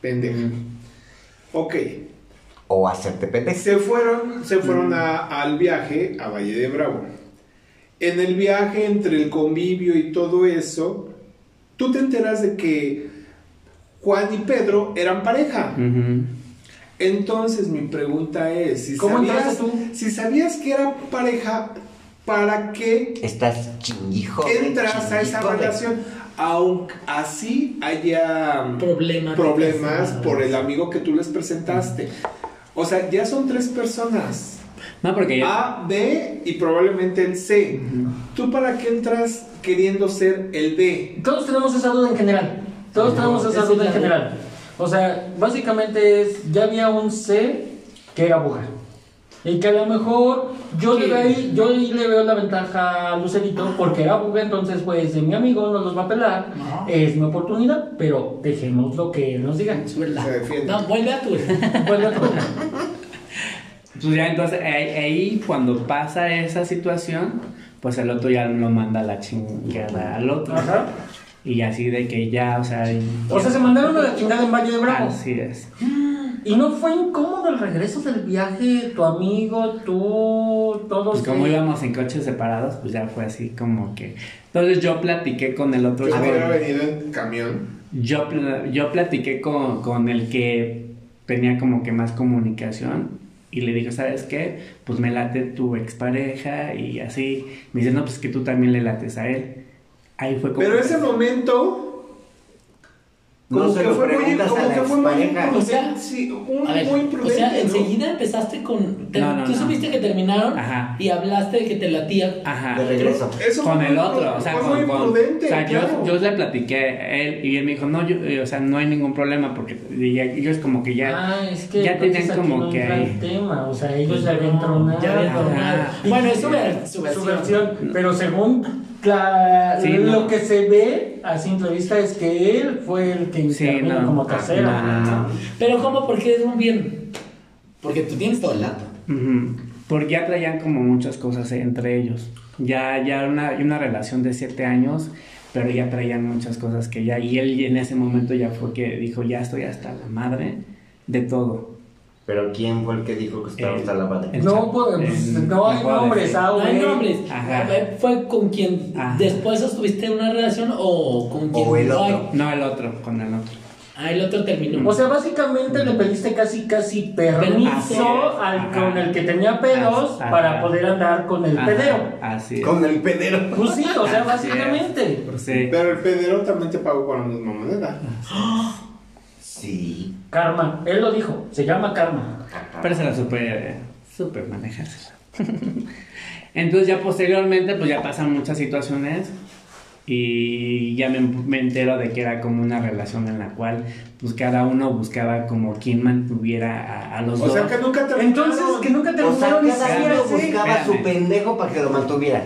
Speaker 1: pendeja. Ok,
Speaker 2: O hacerte pendejo.
Speaker 1: se fueron, se fueron a- al viaje a Valle de Bravo. En el viaje entre el convivio y todo eso, tú te enteras de que Juan y Pedro eran pareja.
Speaker 3: Ujú.
Speaker 1: Entonces mi pregunta es, si,
Speaker 7: ¿Cómo
Speaker 1: sabías,
Speaker 7: entraste tú?
Speaker 1: si sabías que era pareja, ¿para qué
Speaker 2: Estás chinguijo.
Speaker 1: entras a esa relación? Aunque así haya
Speaker 4: Problemas.
Speaker 1: problemas por el amigo que tú les presentaste. O sea, ya son tres personas.
Speaker 3: No, porque
Speaker 4: Ah,
Speaker 3: yo-
Speaker 1: A, B y probablemente el C. ¿Tú para qué entras queriendo ser el B?
Speaker 7: Todos tenemos esa duda en general. Todos tenemos esa
Speaker 4: esa
Speaker 7: duda
Speaker 4: es
Speaker 7: en
Speaker 4: la
Speaker 7: general. O sea, básicamente es, ya había un C que era buja. Y que a lo mejor yo, le,
Speaker 4: Sí.
Speaker 7: veo ahí- yo ahí le veo la ventaja a Lucerito porque era buga, entonces pues de mi amigo no los va a pelar,
Speaker 4: No.
Speaker 7: es mi oportunidad, pero dejemos lo que él nos diga.
Speaker 4: Es verdad.
Speaker 1: Se defiende.
Speaker 4: No, vuelve a tu.
Speaker 7: Bueno,
Speaker 3: pues ya entonces ahí, ahí cuando pasa esa situación, pues el otro ya lo manda a la chingada al otro.
Speaker 7: Ajá.
Speaker 3: Y así de que ya, o sea. y-
Speaker 7: O sea, se mandaron a la chingada en Valle de Bravo.
Speaker 3: Así es.
Speaker 7: ¿Y no fue incómodo el regreso del viaje? Tu amigo, tú, todos.
Speaker 3: Pues como
Speaker 7: que-
Speaker 3: íbamos en coches separados, pues ya fue así como que. Entonces yo platiqué con el otro.
Speaker 1: Yo
Speaker 3: chavo.
Speaker 1: hubiera venido en camión.
Speaker 3: Yo, pl- yo platiqué con, con el que tenía como que más comunicación y le dije, ¿sabes qué? Pues me late tu expareja y así. Me dice, no, pues que tú también le lates a él. Ahí fue como...
Speaker 1: Pero ese momento...
Speaker 2: No se lo
Speaker 1: muy-
Speaker 2: preguntas
Speaker 1: como
Speaker 2: a la
Speaker 1: que fue muy
Speaker 2: expareja.
Speaker 1: imprudente,
Speaker 4: O sea,
Speaker 1: sí, un-
Speaker 4: A ver,
Speaker 1: muy
Speaker 4: o
Speaker 1: imprudente.
Speaker 4: sea,
Speaker 1: ¿no?
Speaker 4: enseguida empezaste con. te-
Speaker 3: No, no,
Speaker 4: tú
Speaker 3: no.
Speaker 4: supiste que terminaron
Speaker 3: Ajá.
Speaker 4: y hablaste de que te latía.
Speaker 3: Ajá.
Speaker 2: De regreso.
Speaker 1: Eso
Speaker 3: con
Speaker 1: fue
Speaker 3: el
Speaker 1: muy
Speaker 3: otro,
Speaker 1: impru-
Speaker 3: o sea,
Speaker 1: fue
Speaker 3: con,
Speaker 1: muy
Speaker 3: con-
Speaker 1: imprudente,
Speaker 3: o sea, yo-
Speaker 1: claro.
Speaker 3: yo, le platiqué a él y él me dijo, no, yo, eh, o sea, no hay ningún problema porque y ya- ellos como que ya...
Speaker 7: Ah, es que
Speaker 3: ya tenían
Speaker 7: entonces aquí
Speaker 3: como
Speaker 7: no
Speaker 3: que
Speaker 7: entra el
Speaker 3: ahí. Pues
Speaker 7: tema, o sea, ellos ya habían tronado.
Speaker 4: Ya habían
Speaker 3: Ajá.
Speaker 4: tronado. Bueno, es su, ver- su
Speaker 7: Su
Speaker 4: versión.
Speaker 7: versión, pero según la-
Speaker 3: Sí,
Speaker 7: lo
Speaker 3: no.
Speaker 7: que se ve a simple vista es que él fue el que
Speaker 3: Sí,
Speaker 7: intervino
Speaker 3: no.
Speaker 7: como tercera.
Speaker 3: No, no,
Speaker 4: Ah.
Speaker 3: no.
Speaker 4: Pero ¿cómo? ¿Por qué es un bien? Porque tú tienes todo el dato.
Speaker 3: Ujú. Porque ya traían como muchas cosas entre ellos. Ya, ya era una, una relación de siete años, pero ya traían muchas cosas que ya. Y él en ese momento ya fue que dijo, ya estoy hasta la madre de todo.
Speaker 2: Pero ¿quién fue el que dijo que estaba
Speaker 4: Eh,
Speaker 3: El-
Speaker 2: hasta la madre?
Speaker 3: el
Speaker 7: No,
Speaker 3: chavo,
Speaker 7: pues,
Speaker 3: el-
Speaker 7: no hay
Speaker 3: el juego de-
Speaker 7: nombres, ah,
Speaker 4: No hay
Speaker 7: güey.
Speaker 4: nombres.
Speaker 3: Ajá.
Speaker 4: Fue- ¿Fue con quien
Speaker 3: Ajá.
Speaker 4: después sostuviste una relación o con quien
Speaker 2: O el
Speaker 4: no
Speaker 2: otro.
Speaker 4: hay?
Speaker 3: No, el otro, con el otro.
Speaker 4: Ah, el otro
Speaker 3: Mm.
Speaker 4: terminó.
Speaker 7: O sea, básicamente le pediste casi, casi
Speaker 3: Así es.
Speaker 7: permiso al,
Speaker 3: Ajá.
Speaker 7: con el que tenía pedos
Speaker 3: Ajá.
Speaker 7: para poder andar con el
Speaker 3: Ajá,
Speaker 7: pedero.
Speaker 4: eh.
Speaker 3: Así es.
Speaker 2: Con el pedero.
Speaker 7: Pues sí, o sea,
Speaker 3: Así es.
Speaker 7: básicamente.
Speaker 3: Sí.
Speaker 1: Pero el pedero también te pagó con la misma moneda.
Speaker 2: Sí.
Speaker 7: Karma, él lo dijo, se llama karma.
Speaker 3: Pero se la eh. supe, supe manejársela. Entonces ya posteriormente pues ya pasan muchas situaciones y ya me, me entero de que era como una relación en la cual pues cada uno buscaba como quien mantuviera a, a los
Speaker 1: O
Speaker 2: Pues
Speaker 3: dos.
Speaker 1: sea que nunca te
Speaker 7: Entonces, que nunca
Speaker 2: O sea,
Speaker 7: terminaron ni
Speaker 2: cada
Speaker 7: siquiera,
Speaker 2: uno
Speaker 7: sí.
Speaker 2: buscaba a su
Speaker 3: Espérame.
Speaker 2: pendejo para que lo mantuviera.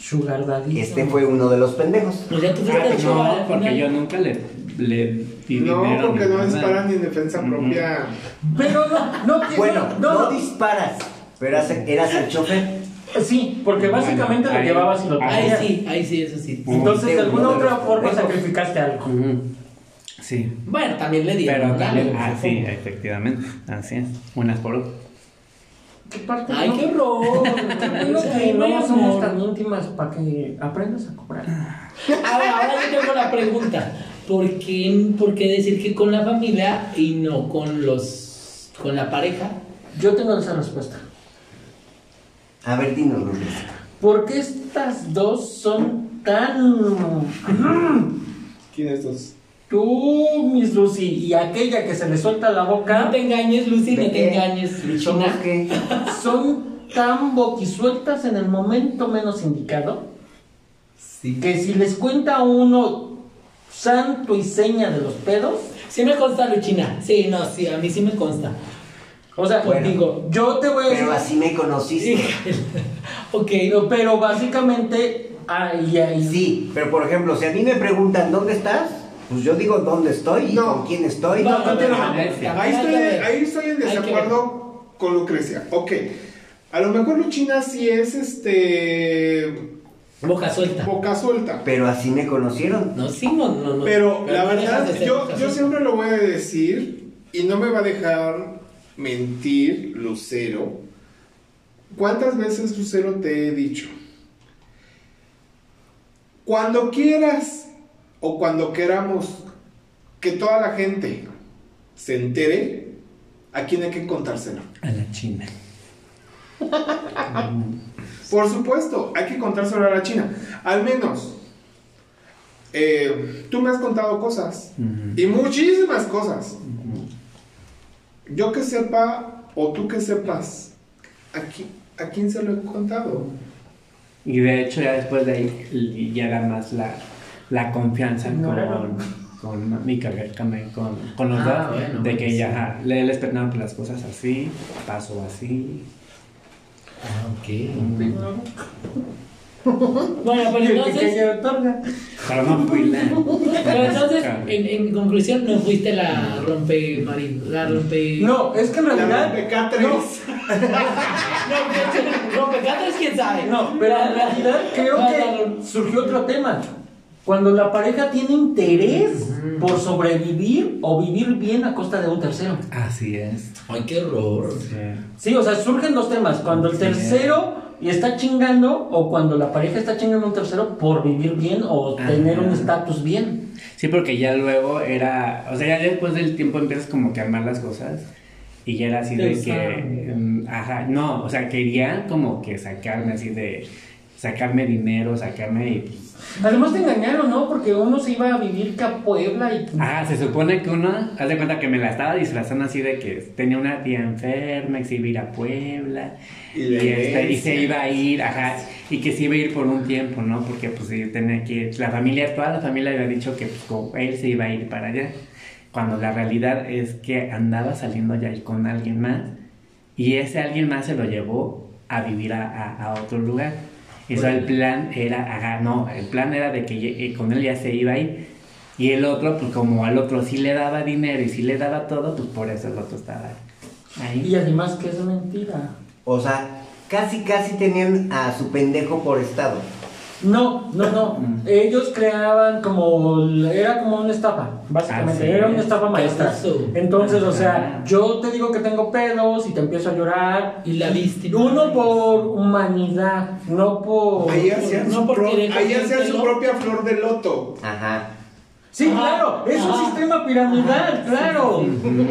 Speaker 7: Sugar daddy.
Speaker 2: Este fue uno de los pendejos.
Speaker 4: O
Speaker 7: Pues
Speaker 4: sea, tú fuiste
Speaker 3: Ah,
Speaker 4: el chavo
Speaker 3: no,
Speaker 4: al
Speaker 3: porque
Speaker 4: final.
Speaker 3: yo nunca le, le di
Speaker 1: No,
Speaker 3: dinero
Speaker 1: porque
Speaker 3: ni
Speaker 1: no
Speaker 3: nada.
Speaker 1: disparan ni en defensa
Speaker 3: Ujú.
Speaker 1: propia.
Speaker 7: Pero no, no, que-
Speaker 2: Bueno,
Speaker 7: no,
Speaker 2: no
Speaker 7: no.
Speaker 2: disparas, pero eras- eras el chofer.
Speaker 7: Sí, porque básicamente
Speaker 3: Bueno,
Speaker 7: lo
Speaker 3: ahí-
Speaker 7: llevabas y lo
Speaker 3: ahí
Speaker 7: traías.
Speaker 4: Ahí sí, ahí sí, eso sí.
Speaker 7: Entonces, de alguna
Speaker 2: Uno de
Speaker 7: otra
Speaker 2: los
Speaker 7: forma
Speaker 2: pendejos.
Speaker 7: sacrificaste algo.
Speaker 3: Ujú. Sí,
Speaker 4: Bueno, también le dieron.
Speaker 3: pero
Speaker 4: algo,
Speaker 3: también,
Speaker 4: supongo.
Speaker 3: ah, sí, efectivamente, así es, unas por otras.
Speaker 7: ¿Qué parte?
Speaker 4: Ay,
Speaker 7: no?
Speaker 4: qué horror.
Speaker 7: Qué bueno que
Speaker 4: Ay, mi
Speaker 7: no
Speaker 4: amor.
Speaker 7: somos tan íntimas para que aprendas a cobrar.
Speaker 4: Ahora, ahora yo tengo la pregunta. ¿Por qué, por qué decir que con la familia y no con los con la pareja?
Speaker 7: Yo tengo esa respuesta.
Speaker 2: A ver, dinos, Luis.
Speaker 7: ¿Por qué estas dos son tan...
Speaker 1: ¿Quién es dos?
Speaker 7: Tú, mis Lucy, y aquella que se le suelta la
Speaker 4: No
Speaker 7: boca,
Speaker 4: te engañes, Lucy, no
Speaker 2: ¿De
Speaker 4: te
Speaker 2: qué?
Speaker 4: engañes,
Speaker 2: ¿Somos
Speaker 4: Luchona.
Speaker 2: qué?
Speaker 7: son tan boquisueltas en el momento menos indicado?
Speaker 4: Sí.
Speaker 7: que si les cuenta a uno santo y seña de los pedos.
Speaker 4: Sí me consta, Luchina. Sí, no, sí, a mí sí me consta.
Speaker 7: O sea,
Speaker 2: Bueno.
Speaker 7: digo, yo te voy a decir.
Speaker 2: Pero así me conociste.
Speaker 4: Ok,
Speaker 7: Pero, pero básicamente, ay, ay,
Speaker 2: Sí, pero por ejemplo, si a mí me preguntan dónde estás, pues yo digo dónde estoy y
Speaker 1: No.
Speaker 2: con quién estoy.
Speaker 4: No, no,
Speaker 1: Espérate,
Speaker 4: no,
Speaker 1: no.
Speaker 4: no.
Speaker 1: Ahí estoy, ahí estoy en
Speaker 4: Hay que ver.
Speaker 1: desacuerdo con Lucrecia. Ok. A lo mejor Luchina sí es este.
Speaker 4: boca suelta.
Speaker 1: boca suelta.
Speaker 2: Pero así me conocieron.
Speaker 4: No, sí, no, no. no.
Speaker 1: Pero la
Speaker 4: no dejas de
Speaker 1: verdad,
Speaker 4: ser
Speaker 1: yo,
Speaker 4: boca
Speaker 1: yo
Speaker 4: suelta.
Speaker 1: siempre lo voy a decir y no me va a dejar mentir Lucero. ¿Cuántas veces Lucero te he dicho? Cuando quieras o cuando queramos que toda la gente se entere, ¿a quién hay que contárselo?
Speaker 3: A la China.
Speaker 1: Por supuesto, hay que contárselo a la China. Al menos, eh, tú me has contado cosas. Y muchísimas cosas. Yo que sepa, o tú que sepas, ¿a, qui- a quién se lo he contado?
Speaker 3: Y de hecho, ya después de ahí llega más la, la confianza
Speaker 7: No,
Speaker 3: con,
Speaker 7: no, no.
Speaker 3: con mi carrera también, con, con los
Speaker 4: Ah,
Speaker 3: dos.
Speaker 4: bueno,
Speaker 3: de que
Speaker 4: sí.
Speaker 3: ya ajá, le él esperaba las cosas así, paso así.
Speaker 4: Ah, ok.
Speaker 7: bueno,
Speaker 4: pero entonces-
Speaker 7: otorga.
Speaker 3: Pero no fui la.
Speaker 4: Pero entonces, en, en conclusión, no fuiste la rompe marido, la rompe.
Speaker 7: No, es que en realidad.
Speaker 1: de Cáceres.
Speaker 4: no, rompe gatos, quién sabe.
Speaker 7: No, pero en realidad creo
Speaker 4: la-
Speaker 7: que surgió otro tema. Cuando la pareja tiene interés por sobrevivir o vivir bien a costa de un tercero.
Speaker 3: Así es.
Speaker 4: Ay, qué horror.
Speaker 7: Sí, o sea, surgen dos temas. Cuando el tercero y está chingando o cuando la pareja está chingando a un tercero por vivir bien o
Speaker 3: Ajá.
Speaker 7: tener un estatus bien.
Speaker 3: Sí, porque ya luego era, o sea, ya después del tiempo empiezas como que a amar las cosas y ya era así de
Speaker 4: Exacto.
Speaker 3: que, mm, ajá, no, o sea, quería como que sacarme así de, sacarme dinero, sacarme y... pues,
Speaker 7: Además te engañaron, ¿no? Porque uno se iba a vivir que a Puebla y...
Speaker 3: Ajá, Ah, se supone que uno, haz de cuenta que me la estaba disfrazando así de que tenía una tía enferma, que se iba a ir a Puebla
Speaker 1: Y
Speaker 3: y,
Speaker 1: la
Speaker 3: este, y se
Speaker 1: herencia.
Speaker 3: iba a ir, ajá, y que se iba a ir por un tiempo, ¿no? Porque pues sí, tenía que, la familia, toda la familia había dicho que pues, como él se iba a ir para allá, cuando la realidad es que andaba saliendo ya con alguien más y ese alguien más se lo llevó a vivir a, a- a otro lugar. Y eso el plan era, ajá, no, el plan era de que ye- eh, con él ya se iba a ir. Y el otro, pues como al otro sí le daba dinero y sí le daba todo, pues por eso el otro estaba ahí.
Speaker 7: Y además que es mentira.
Speaker 2: O sea, casi casi tenían a su pendejo por estado.
Speaker 7: No, no,
Speaker 1: Mm.
Speaker 7: no. Ellos creaban como. Era como una estafa,
Speaker 1: Ah,
Speaker 7: básicamente.
Speaker 3: Así
Speaker 7: era una
Speaker 3: es.
Speaker 7: estafa maestra.
Speaker 4: Caso.
Speaker 7: Entonces, o sea,
Speaker 3: Ajá.
Speaker 7: yo te digo que tengo pedos y te empiezo a llorar.
Speaker 4: Y la víctima.
Speaker 7: Uno por humanidad, no por.
Speaker 1: Ahí hacían,
Speaker 4: No,
Speaker 1: su,
Speaker 4: porque
Speaker 1: pro-
Speaker 4: de
Speaker 1: ahí hacían su
Speaker 4: cogértelo.
Speaker 1: propia flor de loto.
Speaker 2: Ajá.
Speaker 7: Sí,
Speaker 4: Ajá,
Speaker 7: claro, es un
Speaker 4: ajá.
Speaker 7: sistema
Speaker 4: Ah,
Speaker 7: piramidal, claro.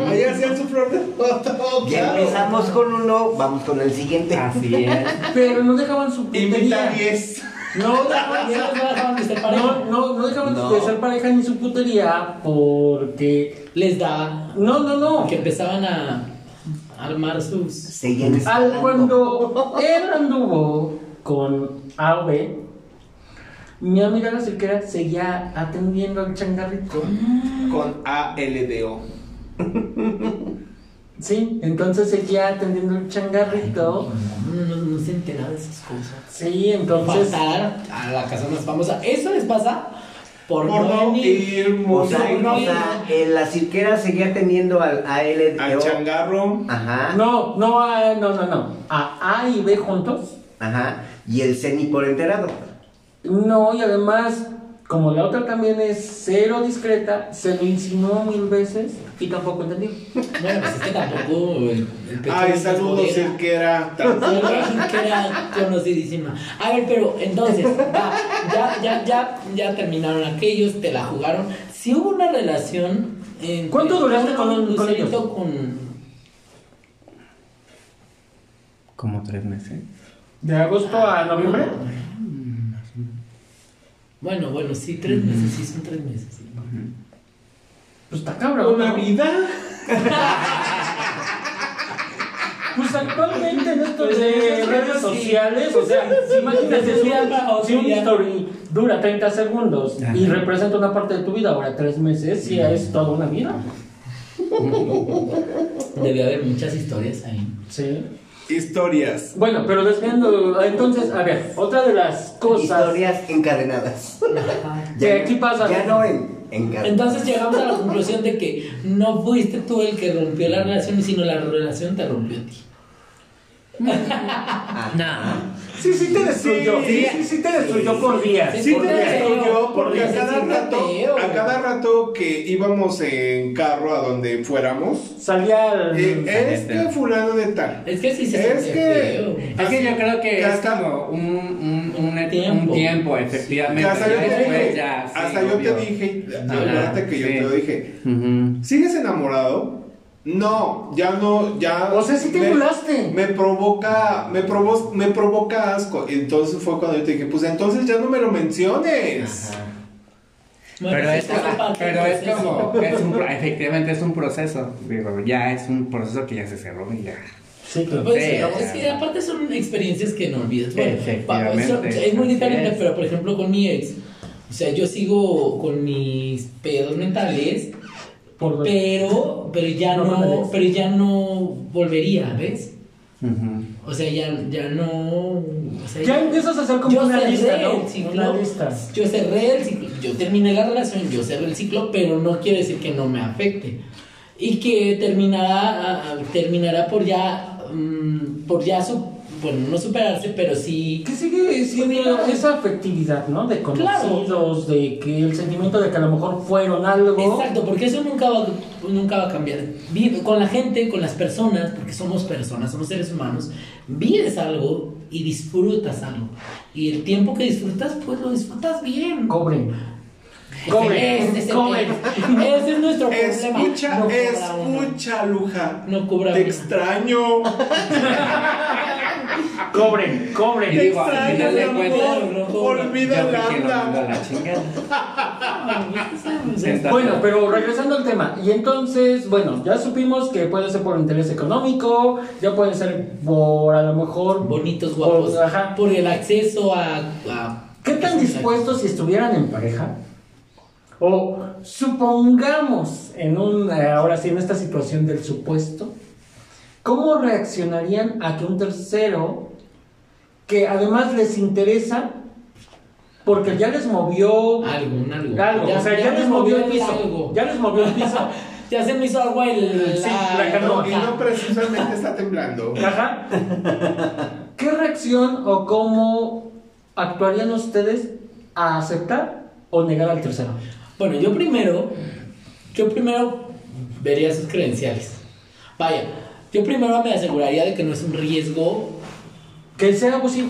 Speaker 1: Ahí hacían su flor de loto.
Speaker 2: Ya
Speaker 1: Oh, claro.
Speaker 2: empezamos con uno, vamos con el siguiente.
Speaker 3: Así es.
Speaker 7: Pero no dejaban su
Speaker 1: Invita
Speaker 7: putería.
Speaker 1: 10.
Speaker 7: No
Speaker 4: Y ellos
Speaker 7: dejaban.
Speaker 4: no dejaban de ser pareja.
Speaker 7: No, no, no dejaban
Speaker 2: No.
Speaker 7: de ser pareja ni su putería porque.
Speaker 4: Les daba.
Speaker 7: No, no, no.
Speaker 4: Que empezaban a armar sus.
Speaker 2: Seguían
Speaker 7: Al,
Speaker 2: escalando.
Speaker 7: cuando él anduvo con AV, mi amiga la cirquera seguía atendiendo al changarrito.
Speaker 1: Con ALDO.
Speaker 7: Sí, entonces seguía atendiendo al changarrito.
Speaker 4: No, no, no se enteraba de esas cosas.
Speaker 7: Sí, entonces.
Speaker 4: Pasar a la casa más famosa. Eso les pasa por,
Speaker 1: Por no
Speaker 4: venir.
Speaker 1: ir
Speaker 2: O
Speaker 1: mucho.
Speaker 2: sea, o sea, eh, la cirquera seguía teniendo al ALDO.
Speaker 1: Al changarro.
Speaker 2: Ajá.
Speaker 7: No, no, a- no, no, no. A A y B juntos.
Speaker 2: Ajá. Y el CENI por enterado.
Speaker 7: No, y además, como la otra también es cero discreta, se lo insinuó mil veces y tampoco entendió.
Speaker 4: Bueno, pues es que tampoco el, el pecho
Speaker 1: Ay,
Speaker 4: es
Speaker 1: saludos,
Speaker 4: bodega.
Speaker 1: el que era tan-
Speaker 4: que era conocidísima. A ver, pero entonces, va, ya, ya, ya, ya terminaron aquellos, te la jugaron. Si hubo una relación. entre-
Speaker 7: ¿Cuánto duraste con- con
Speaker 4: Lucerito
Speaker 7: ellos?
Speaker 4: con-
Speaker 3: Como tres meses.
Speaker 7: ¿De agosto a noviembre?
Speaker 4: Bueno, bueno, sí, tres meses, sí, son tres meses. sí.
Speaker 7: Pues está cabrón.
Speaker 1: Una
Speaker 7: ¿no?
Speaker 1: vida.
Speaker 7: Pues actualmente en esto
Speaker 4: Pues,
Speaker 7: de
Speaker 4: sí,
Speaker 7: eh, redes
Speaker 4: sí.
Speaker 7: sociales, o sea, imagínate
Speaker 4: Desde
Speaker 7: si
Speaker 4: un día para
Speaker 7: un,
Speaker 4: otro
Speaker 7: si un
Speaker 4: ya.
Speaker 7: story dura 30 segundos
Speaker 3: Ajá.
Speaker 7: y representa una parte de tu vida, ahora tres meses, sí es toda una vida.
Speaker 4: Debe haber muchas historias ahí.
Speaker 7: Sí.
Speaker 1: Historias.
Speaker 7: Bueno, pero desviando, entonces, a ver, otra de las cosas.
Speaker 2: Historias encadenadas.
Speaker 7: Que aquí pasa.
Speaker 2: Ya no en, encadenadas.
Speaker 4: Entonces llegamos a la conclusión de que no fuiste tú el que rompió la relación, sino la relación te rompió a ti.
Speaker 2: Ah. Nah.
Speaker 7: Sí, sí te destruyó. Sí, sí, te destruyó por días.
Speaker 4: Sí,
Speaker 1: Sí
Speaker 4: por
Speaker 1: te
Speaker 4: días.
Speaker 1: destruyó porque a
Speaker 4: Porque
Speaker 1: cada
Speaker 4: se siente
Speaker 1: rato,
Speaker 4: feo.
Speaker 1: a cada rato que íbamos en carro a donde fuéramos,
Speaker 7: Salía
Speaker 3: Mm,
Speaker 7: al-
Speaker 1: eh, es
Speaker 3: Neta.
Speaker 1: que fulano de tal.
Speaker 4: Es que sí se
Speaker 1: Es
Speaker 4: siente
Speaker 1: que-
Speaker 3: Es que yo creo que es
Speaker 1: Hasta-
Speaker 3: como un, un, un, un
Speaker 4: Tiempo.
Speaker 3: tiempo. efectivamente.
Speaker 1: hasta yo
Speaker 3: Ya
Speaker 1: te
Speaker 3: después
Speaker 1: dije,
Speaker 3: ya, sí,
Speaker 1: hasta yo
Speaker 3: obvio.
Speaker 1: te dije,
Speaker 3: Ajá,
Speaker 1: acuérdate que yo
Speaker 3: sí.
Speaker 1: te lo dije.
Speaker 3: Ujú.
Speaker 1: ¿Sigues enamorado? No, ya no, ya.
Speaker 7: O sea, sí te
Speaker 1: me-
Speaker 7: burlaste.
Speaker 1: Me provoca, me, provo- me provoca asco. Y Entonces fue cuando yo te dije, pues entonces ya no me lo menciones.
Speaker 4: Bueno,
Speaker 3: pero
Speaker 4: sí,
Speaker 3: es,
Speaker 4: forma parte
Speaker 3: pero
Speaker 4: del
Speaker 3: es
Speaker 4: proceso.
Speaker 3: como, es un pro- efectivamente es un proceso. Digo, ya es un proceso que ya se cerró y ya.
Speaker 7: Sí, claro.
Speaker 4: Pues,
Speaker 3: Sí, o
Speaker 4: es
Speaker 3: sea.
Speaker 4: que aparte son experiencias que no olvidas. Bueno, pa-
Speaker 3: Efectivamente,
Speaker 4: son- es muy
Speaker 3: así
Speaker 4: diferente,
Speaker 3: es.
Speaker 4: pero por ejemplo con mi ex, o sea, yo sigo con mis pedos mentales,
Speaker 7: Por-
Speaker 4: pero, pero ya
Speaker 7: No con el ex.
Speaker 4: no, pero ya no volvería, ¿ves?
Speaker 3: Ujú.
Speaker 4: O sea, ya, ya no. O sea,
Speaker 7: Ya empiezas a hacer como
Speaker 4: yo
Speaker 7: una
Speaker 4: cerré
Speaker 7: lista, ¿no?
Speaker 4: el ciclo.
Speaker 7: Una lista.
Speaker 4: Yo cerré el ciclo. Yo terminé la relación, yo cerré el ciclo, pero no quiere decir que no me afecte. Y que terminará, terminará por ya. mm, por ya. su- bueno, no superarse, pero sí.
Speaker 7: Que sigue siendo
Speaker 4: Olvidado.
Speaker 7: esa afectividad, ¿no? De
Speaker 4: Claro.
Speaker 7: conocidos, de que el sentimiento de que a lo mejor fueron algo.
Speaker 4: Exacto, porque eso nunca va, nunca va a cambiar. Vive con la gente, con las personas, porque somos personas, somos seres humanos, vives algo y disfrutas algo. Y el tiempo que disfrutas, pues lo disfrutas bien.
Speaker 7: Cobren.
Speaker 4: Este,
Speaker 7: Cobren.
Speaker 4: Ese es el
Speaker 7: Cobren.
Speaker 4: tema. Ese es nuestro problema.
Speaker 1: Escucha,
Speaker 4: No cobra uno.
Speaker 1: escucha, Luja.
Speaker 4: No cobra
Speaker 1: Te
Speaker 4: uno.
Speaker 1: extraño.
Speaker 7: Cobren. Cobren.
Speaker 3: Y
Speaker 1: Te
Speaker 3: digo, al
Speaker 1: extraño,
Speaker 3: final
Speaker 1: mi
Speaker 3: de cuentas,
Speaker 1: amor.
Speaker 4: no cobra.
Speaker 3: Ya
Speaker 1: Olvida
Speaker 3: fue
Speaker 1: la
Speaker 3: quien lo mandó a
Speaker 1: anda.
Speaker 3: la chingada.
Speaker 4: Entonces,
Speaker 3: Entonces,
Speaker 7: Bueno, pero regresando al tema, y entonces, bueno, ya supimos que puede ser por interés económico, ya puede ser por a lo mejor...
Speaker 4: Bonitos,
Speaker 7: por-
Speaker 4: guapos.
Speaker 7: Pues, ajá.
Speaker 4: Por el acceso a. a- pues,
Speaker 7: ¿Qué tan dispuestos si estuvieran en pareja? O supongamos, en un, eh, ahora sí, en esta situación del supuesto, ¿cómo reaccionarían a que un tercero, que además les interesa, porque ya les movió
Speaker 4: Algo, algo.
Speaker 7: algo, o sea, ya, les movió el piso,
Speaker 4: algo.
Speaker 7: ya les movió el piso,
Speaker 4: Ya se me hizo agua el.
Speaker 7: Sí, la canoa.
Speaker 1: Y no precisamente está temblando.
Speaker 7: Ajá. ¿Qué reacción o cómo actuarían ustedes a aceptar o negar al tercero?
Speaker 4: Bueno, yo primero, yo primero vería sus credenciales. Vaya, yo primero me aseguraría de que no es un riesgo,
Speaker 7: Que pues sea abusivo.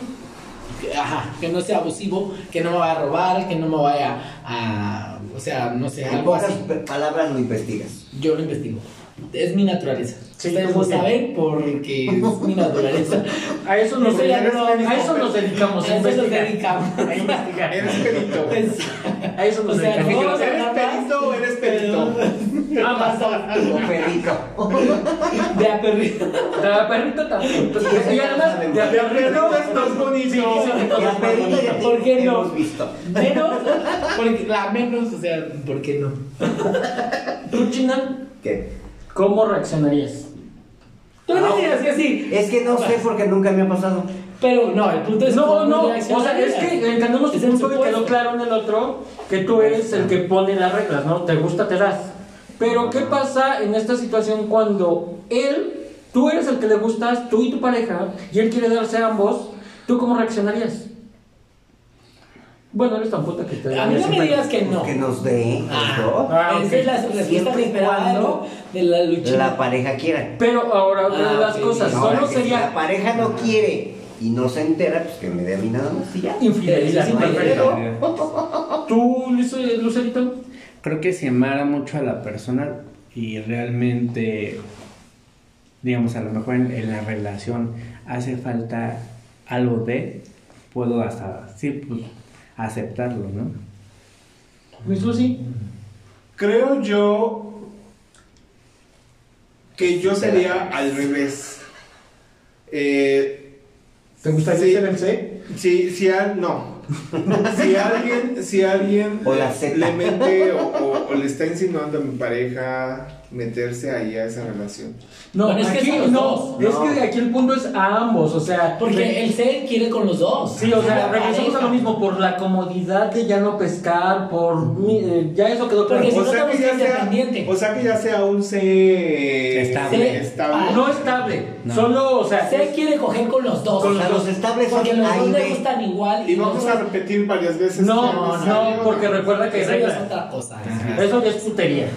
Speaker 4: que- ajá, que no sea abusivo, que no me vaya a robar, que no me vaya a, o sea, no sé,
Speaker 2: En
Speaker 4: algo así.
Speaker 2: pocas pe- palabras lo investigas.
Speaker 4: Yo lo investigo. Es mi naturaleza.
Speaker 7: Sí,
Speaker 4: Ustedes lo
Speaker 7: tú muy bien.
Speaker 4: saben porque es mi naturaleza.
Speaker 7: A eso nos,
Speaker 4: Eso ya no-
Speaker 7: a eso nos dedicamos.
Speaker 4: A eso nos
Speaker 7: investigar.
Speaker 4: dedicamos.
Speaker 7: A investigar.
Speaker 1: Eres perito.
Speaker 4: Es-
Speaker 7: A eso nos
Speaker 4: o sea, no
Speaker 7: dedicamos.
Speaker 4: vamos a
Speaker 1: ¿Eres
Speaker 4: hablar más,
Speaker 1: perito o eres
Speaker 4: pero-
Speaker 2: Un perrito.
Speaker 4: De a perrito.
Speaker 7: De a perrito también.
Speaker 2: Sí,
Speaker 7: Y
Speaker 2: ya
Speaker 7: además,
Speaker 2: saben.
Speaker 7: de a
Speaker 1: De a
Speaker 7: perrito
Speaker 1: perrito es más bonito.
Speaker 7: Sí, sí, sí.
Speaker 2: La perrito ya
Speaker 4: ¿Por qué no?
Speaker 2: hemos visto.
Speaker 4: Menos, porque la menos, o sea, ¿por qué no?
Speaker 7: ¿Tú, China,
Speaker 2: ¿Qué?
Speaker 7: cómo reaccionarías?
Speaker 4: Tú
Speaker 7: Ah,
Speaker 4: no digas que sí,
Speaker 2: Es que no sé porque nunca me ha pasado.
Speaker 4: pero no, el punto es
Speaker 7: No,
Speaker 4: cómo
Speaker 7: no, o sea,
Speaker 4: reaccionarías.
Speaker 7: es que entendemos
Speaker 4: Es
Speaker 7: tu
Speaker 4: el
Speaker 7: punto y quedó
Speaker 4: supuesto.
Speaker 7: claro en el otro que tú eres el que pone las reglas, ¿no? Te gusta, te das. Pero, ¿qué pasa en esta situación cuando él, tú eres el que le gustas, tú y tu pareja, y él quiere darse a ambos? ¿Tú cómo reaccionarías? Bueno, eres tan puta que te
Speaker 4: A mí no me digas que no.
Speaker 2: Que nos dé. ¿no?
Speaker 7: Ah,
Speaker 4: Esa
Speaker 7: ok.
Speaker 4: es la respuesta
Speaker 2: Siempre
Speaker 4: que
Speaker 2: y
Speaker 4: esperaba
Speaker 2: cuando
Speaker 4: ¿no? de la lucha.
Speaker 2: La pareja quiera.
Speaker 7: Pero ahora, otra de
Speaker 4: Ah,
Speaker 7: las
Speaker 4: ok.
Speaker 7: cosas,
Speaker 2: Ahora
Speaker 7: solo
Speaker 2: que si la
Speaker 7: sería
Speaker 2: pareja no quiere y no se entera, pues que me dé a mí nada más y ya.
Speaker 7: infidelidad.
Speaker 4: Sí, sí,
Speaker 7: ¿no?
Speaker 4: sí.
Speaker 7: Pero, ¿Tú, Luce- Lucerito?
Speaker 3: creo que si amara mucho a la persona y realmente, digamos, a lo mejor en, en la relación hace falta algo de, puedo hasta, sí, pues, aceptarlo, ¿no?
Speaker 7: ¿Luis Lucy?
Speaker 1: Creo yo que yo sería al revés. Eh,
Speaker 7: ¿Te
Speaker 1: gustaría ser el
Speaker 7: C?
Speaker 1: si, si al- no. si alguien, si alguien
Speaker 2: O la Z.
Speaker 1: le mete o, o- o le está insinuando a mi pareja meterse ahí a esa relación.
Speaker 7: No,
Speaker 4: Bueno, es que
Speaker 7: aquí
Speaker 4: son los
Speaker 7: no,
Speaker 4: dos.
Speaker 7: es que aquí el punto es a ambos, o sea,
Speaker 4: Porque el ser quiere con los dos.
Speaker 7: Sí, o sea,
Speaker 4: La
Speaker 7: regresamos a lo
Speaker 4: pareja.
Speaker 7: mismo, por la comodidad de ya no pescar, por... mi- eh, ya eso quedó claro.
Speaker 4: Porque si
Speaker 1: O
Speaker 4: no
Speaker 1: sea,
Speaker 4: te
Speaker 1: que ya
Speaker 4: buscas
Speaker 1: sea,
Speaker 4: independiente.
Speaker 1: o sea que ya sea un C
Speaker 3: Estable.
Speaker 1: estable.
Speaker 7: Ah, No estable,
Speaker 3: No.
Speaker 7: solo, o sea...
Speaker 4: Se quiere coger con los dos.
Speaker 2: Con los dos estables
Speaker 4: Porque
Speaker 2: son
Speaker 4: los dos
Speaker 2: ahí
Speaker 4: le
Speaker 2: de-
Speaker 4: gustan igual.
Speaker 1: Y vamos
Speaker 4: los
Speaker 1: a
Speaker 4: dos-
Speaker 1: repetir varias veces.
Speaker 7: No,
Speaker 1: que
Speaker 7: no,
Speaker 1: salió,
Speaker 7: porque recuerda que hay
Speaker 4: Eso ya es
Speaker 7: reglas.
Speaker 4: otra cosa.
Speaker 7: Eso ya es putería.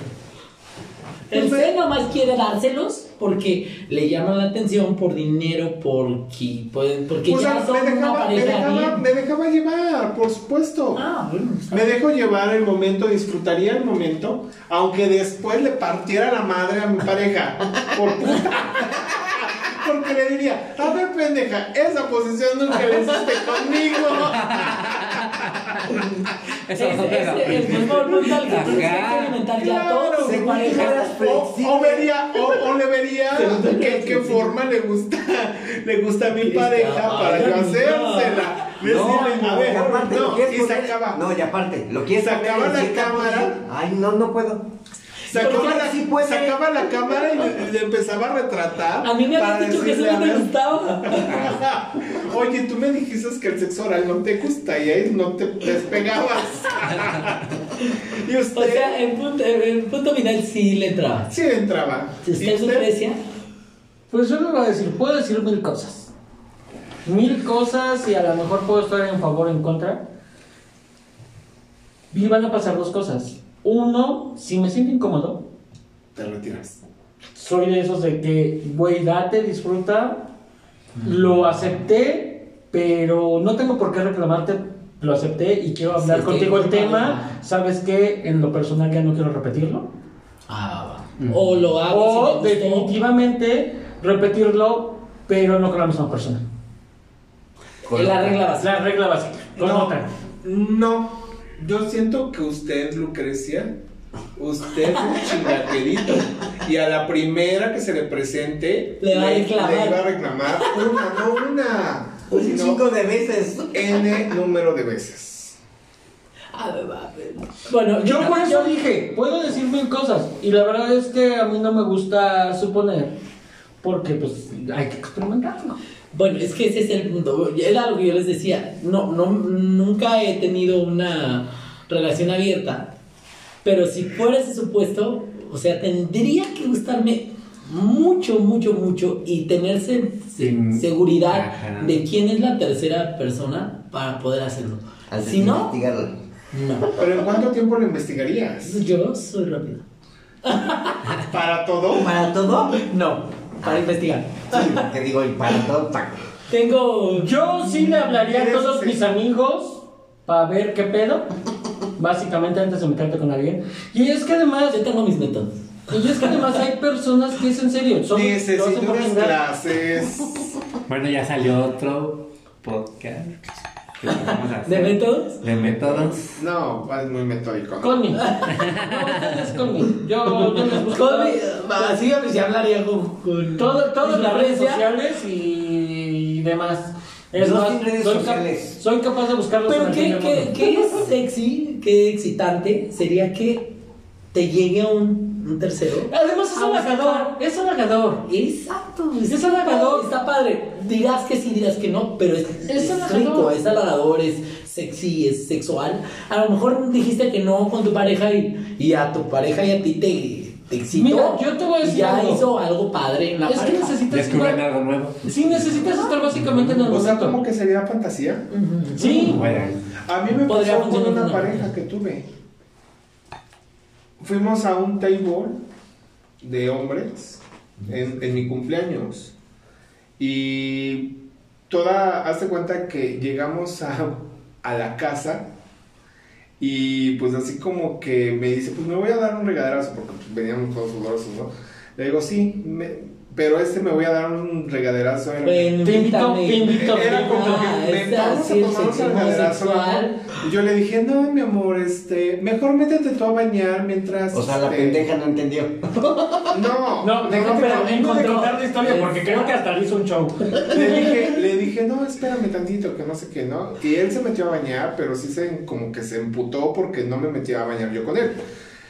Speaker 4: El C nomás quiere dárselos porque le llaman la atención por dinero, porque, pueden- porque
Speaker 1: O sea,
Speaker 4: ya son
Speaker 1: me
Speaker 4: una
Speaker 1: dejaba, me
Speaker 4: pareja
Speaker 1: dejaba,
Speaker 4: bien.
Speaker 1: me dejaba llevar, por supuesto.
Speaker 4: Ah, bueno.
Speaker 1: Me dejo llevar el momento, disfrutaría el momento, aunque después le partiera la madre a mi pareja. Por puta. Porque le diría, a ver, pendeja, esa posición nunca la hiciste conmigo.
Speaker 4: Es,
Speaker 3: Eso es otra.
Speaker 4: es el mejor mundo al que tienes que
Speaker 3: Ajá.
Speaker 4: experimentar ya
Speaker 1: Claro,
Speaker 4: todo
Speaker 1: según
Speaker 4: su pareja.
Speaker 2: dijeras,
Speaker 1: O, o vería, o, o le vería de qué, qué forma le gusta, le gusta a mi pareja para yo hacérsela. Decirle, a ver,
Speaker 2: y aparte, lo
Speaker 1: no,
Speaker 2: quieres
Speaker 1: y se
Speaker 2: poner-
Speaker 1: acaba.
Speaker 2: No, y aparte, lo quieres
Speaker 1: Se
Speaker 2: poner
Speaker 1: acaba
Speaker 2: en
Speaker 1: la
Speaker 2: cierta
Speaker 1: cámara.
Speaker 2: posición. Ay, no, no puedo.
Speaker 1: Sacaba
Speaker 2: Porque
Speaker 1: la,
Speaker 2: sí puede.
Speaker 1: sacaba la cámara y le, le empezaba a retratar.
Speaker 4: A mí me
Speaker 1: para
Speaker 4: habían dicho que eso
Speaker 1: decirle,
Speaker 4: no
Speaker 1: a
Speaker 4: me
Speaker 1: ver,
Speaker 4: gustaba.
Speaker 1: Oye, tú me dijiste que el sexo oral no te gusta y ahí no te despegabas. y usted
Speaker 4: O sea, en punto, en punto final sí le traba.
Speaker 1: sí entraba.
Speaker 4: Si
Speaker 1: Y
Speaker 4: usted
Speaker 1: usted-
Speaker 4: desprecia,
Speaker 7: Pues yo no voy a decir, puedo decir mil cosas. Mil cosas y a lo mejor puedo estar en favor o en contra. Y van a pasar dos cosas. Uno, si me siento incómodo,
Speaker 1: te retiras.
Speaker 7: soy de esos de que, güey, date, disfruta. Lo acepté, pero no tengo por qué reclamarte. Lo acepté y quiero hablar
Speaker 4: Sí,
Speaker 7: contigo
Speaker 4: que-
Speaker 7: el tema. ¿Sabes qué? En lo personal ya no quiero repetirlo.
Speaker 4: ah, va, va. o lo hago.
Speaker 7: O
Speaker 4: si me gustó.
Speaker 7: definitivamente repetirlo, pero no con la misma persona.
Speaker 4: Es la regla básica.
Speaker 7: La regla básica. Con
Speaker 1: no,
Speaker 7: otra.
Speaker 1: no. Yo siento que usted, Lucrecia, usted es un chingaquerito. Y a la primera que se le presente,
Speaker 4: Le va a reclamar.
Speaker 1: le iba a reclamar una, no una.
Speaker 2: Un
Speaker 1: sino
Speaker 2: chingo de veces.
Speaker 1: N número de veces.
Speaker 4: Ah, va, va. Bueno,
Speaker 7: Yo por eso
Speaker 4: yo-
Speaker 7: dije, puedo decir mil cosas. Y la verdad es que a mí no me gusta suponer. Porque pues hay que experimentar, ¿no?
Speaker 4: Bueno, es que ese es el punto. Era lo que yo les decía. No, no, nunca he tenido una relación abierta. Pero si fuera ese supuesto, o sea, tendría que gustarme mucho, mucho, mucho y tener se- se-
Speaker 3: Mm,
Speaker 4: seguridad
Speaker 3: ajá.
Speaker 4: de quién es la tercera persona para poder hacerlo.
Speaker 2: Antes
Speaker 4: si
Speaker 2: de
Speaker 4: no,
Speaker 2: investigarlo.
Speaker 4: no.
Speaker 1: ¿Pero en cuánto tiempo lo investigarías?
Speaker 4: Yo soy rápido.
Speaker 1: ¿Para todo?
Speaker 2: ¿Para todo?
Speaker 4: No, para investigar.
Speaker 2: Sí, te digo, y para todo, pa-
Speaker 4: Tengo.
Speaker 7: Yo sí le hablaría a
Speaker 1: Eso
Speaker 7: todos
Speaker 1: sí.
Speaker 7: mis amigos para ver qué pedo. Básicamente antes de meterte con alguien. Y es que además,
Speaker 4: Yo tengo mis métodos.
Speaker 7: y es que además hay personas que es en serio. Son, lo hacen
Speaker 1: Necesito
Speaker 7: por
Speaker 1: unas
Speaker 7: chingar.
Speaker 1: clases.
Speaker 3: Bueno, ya salió otro podcast. que vamos a
Speaker 4: ¿De
Speaker 3: hacer.
Speaker 4: métodos?
Speaker 3: De métodos.
Speaker 1: No, es muy metódico. ¿no?
Speaker 7: Conmigo. No, es conmigo. Yo, yo les busco
Speaker 4: Con mi- Así pues, ya hablaría con. con
Speaker 7: todo, todas
Speaker 4: con
Speaker 7: las redes
Speaker 4: Florencia,
Speaker 7: sociales y demás.
Speaker 2: No
Speaker 7: más,
Speaker 2: sin redes
Speaker 7: soy, cap-
Speaker 2: sociales.
Speaker 7: soy capaz de buscarlos
Speaker 4: Pero
Speaker 7: en el
Speaker 4: qué, qué,
Speaker 7: teléfono.
Speaker 4: qué sexy, qué excitante sería que te llegue un, un tercero.
Speaker 7: Además es
Speaker 4: a
Speaker 7: halagador,
Speaker 4: buscar.
Speaker 7: es halagador.
Speaker 4: Exacto,
Speaker 7: Es
Speaker 4: está
Speaker 7: halagador.
Speaker 4: padre, Está padre. Dirás que sí, dirás que no, pero es, es
Speaker 7: halagador.
Speaker 4: rico, es halagador, es sexy, es sexual. A lo mejor dijiste que no con tu pareja y, y a tu pareja y a ti te, te excitó.
Speaker 7: Mira, yo te voy a
Speaker 4: Y
Speaker 7: decir
Speaker 4: ya
Speaker 7: algo.
Speaker 4: hizo algo padre en la
Speaker 7: Es que
Speaker 4: pareja.
Speaker 7: necesitas
Speaker 3: Descubren
Speaker 7: estar,
Speaker 3: algo nuevo.
Speaker 7: sí necesitas estar básicamente en el
Speaker 1: O sea,
Speaker 7: momento.
Speaker 1: ¿cómo que sería fantasía?
Speaker 7: Sí,
Speaker 3: Bueno,
Speaker 1: A mí me
Speaker 4: Podría
Speaker 1: pasó con
Speaker 4: funcionar
Speaker 1: una
Speaker 4: una
Speaker 1: pareja
Speaker 4: pareja.
Speaker 1: que tuve. Fuimos a un table de hombres en, en mi cumpleaños. Y toda, hazte cuenta que llegamos a, a la casa y pues así como pues, que me dice, pues me voy a dar un regaderazo porque veníamos todos sudorosos, ¿no? Le digo, sí, me- pero este me voy a dar un regaderazo. en-
Speaker 4: Ven,
Speaker 7: Te invito-
Speaker 4: invítame.
Speaker 7: te invito.
Speaker 1: Era como
Speaker 4: Ah,
Speaker 1: que me
Speaker 4: es
Speaker 1: vamos a
Speaker 4: así el
Speaker 1: tomar un
Speaker 4: sexo
Speaker 1: regaderazo.
Speaker 4: homosexual.
Speaker 1: Y yo le dije, no, mi amor, este, mejor métete tú a bañar mientras.
Speaker 2: O sea, la
Speaker 1: este,
Speaker 2: pendeja no entendió.
Speaker 1: No,
Speaker 7: No, no,
Speaker 1: déjate
Speaker 7: pero
Speaker 1: que-
Speaker 7: en
Speaker 1: déjate-
Speaker 7: la historia, porque creo que hasta le hizo un show.
Speaker 1: le dije, le dije, no, espérame tantito, que no sé qué, ¿no? Y él se metió a bañar, pero sí se como que se emputó porque no me metí a bañar yo con él.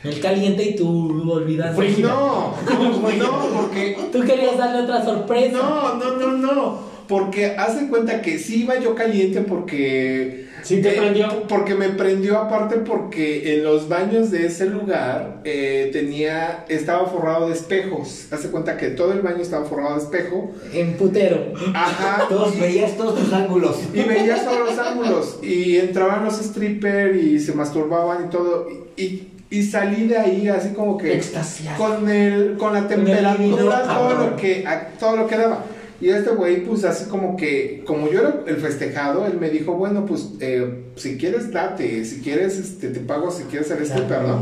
Speaker 4: Él caliente y tú olvidas.
Speaker 7: Frígido.
Speaker 1: No, no, porque
Speaker 4: Tú querías darle otra sorpresa.
Speaker 1: no, no, no, no. Porque hace cuenta que sí iba yo caliente porque.
Speaker 7: Sí, te
Speaker 1: eh,
Speaker 7: prendió.
Speaker 1: Porque me prendió aparte porque en los baños de ese lugar eh, tenía. estaba forrado de espejos. Hace cuenta que todo el baño estaba forrado de espejo.
Speaker 4: En putero.
Speaker 1: Ajá.
Speaker 2: Todos veías todos tus ángulos.
Speaker 1: Y veías todos los ángulos. Y entraban los strippers y se masturbaban y todo. Y, y- y salí de ahí así como que.
Speaker 7: Extasiado.
Speaker 1: Con, el, con la temperatura, todo lo, que, a- todo lo que daba. Y este güey, pues así como que. Como yo era el festejado, él me dijo: Bueno, pues eh, si quieres, date. Si quieres, este, te pago. Si quieres ser stripper, ¿no?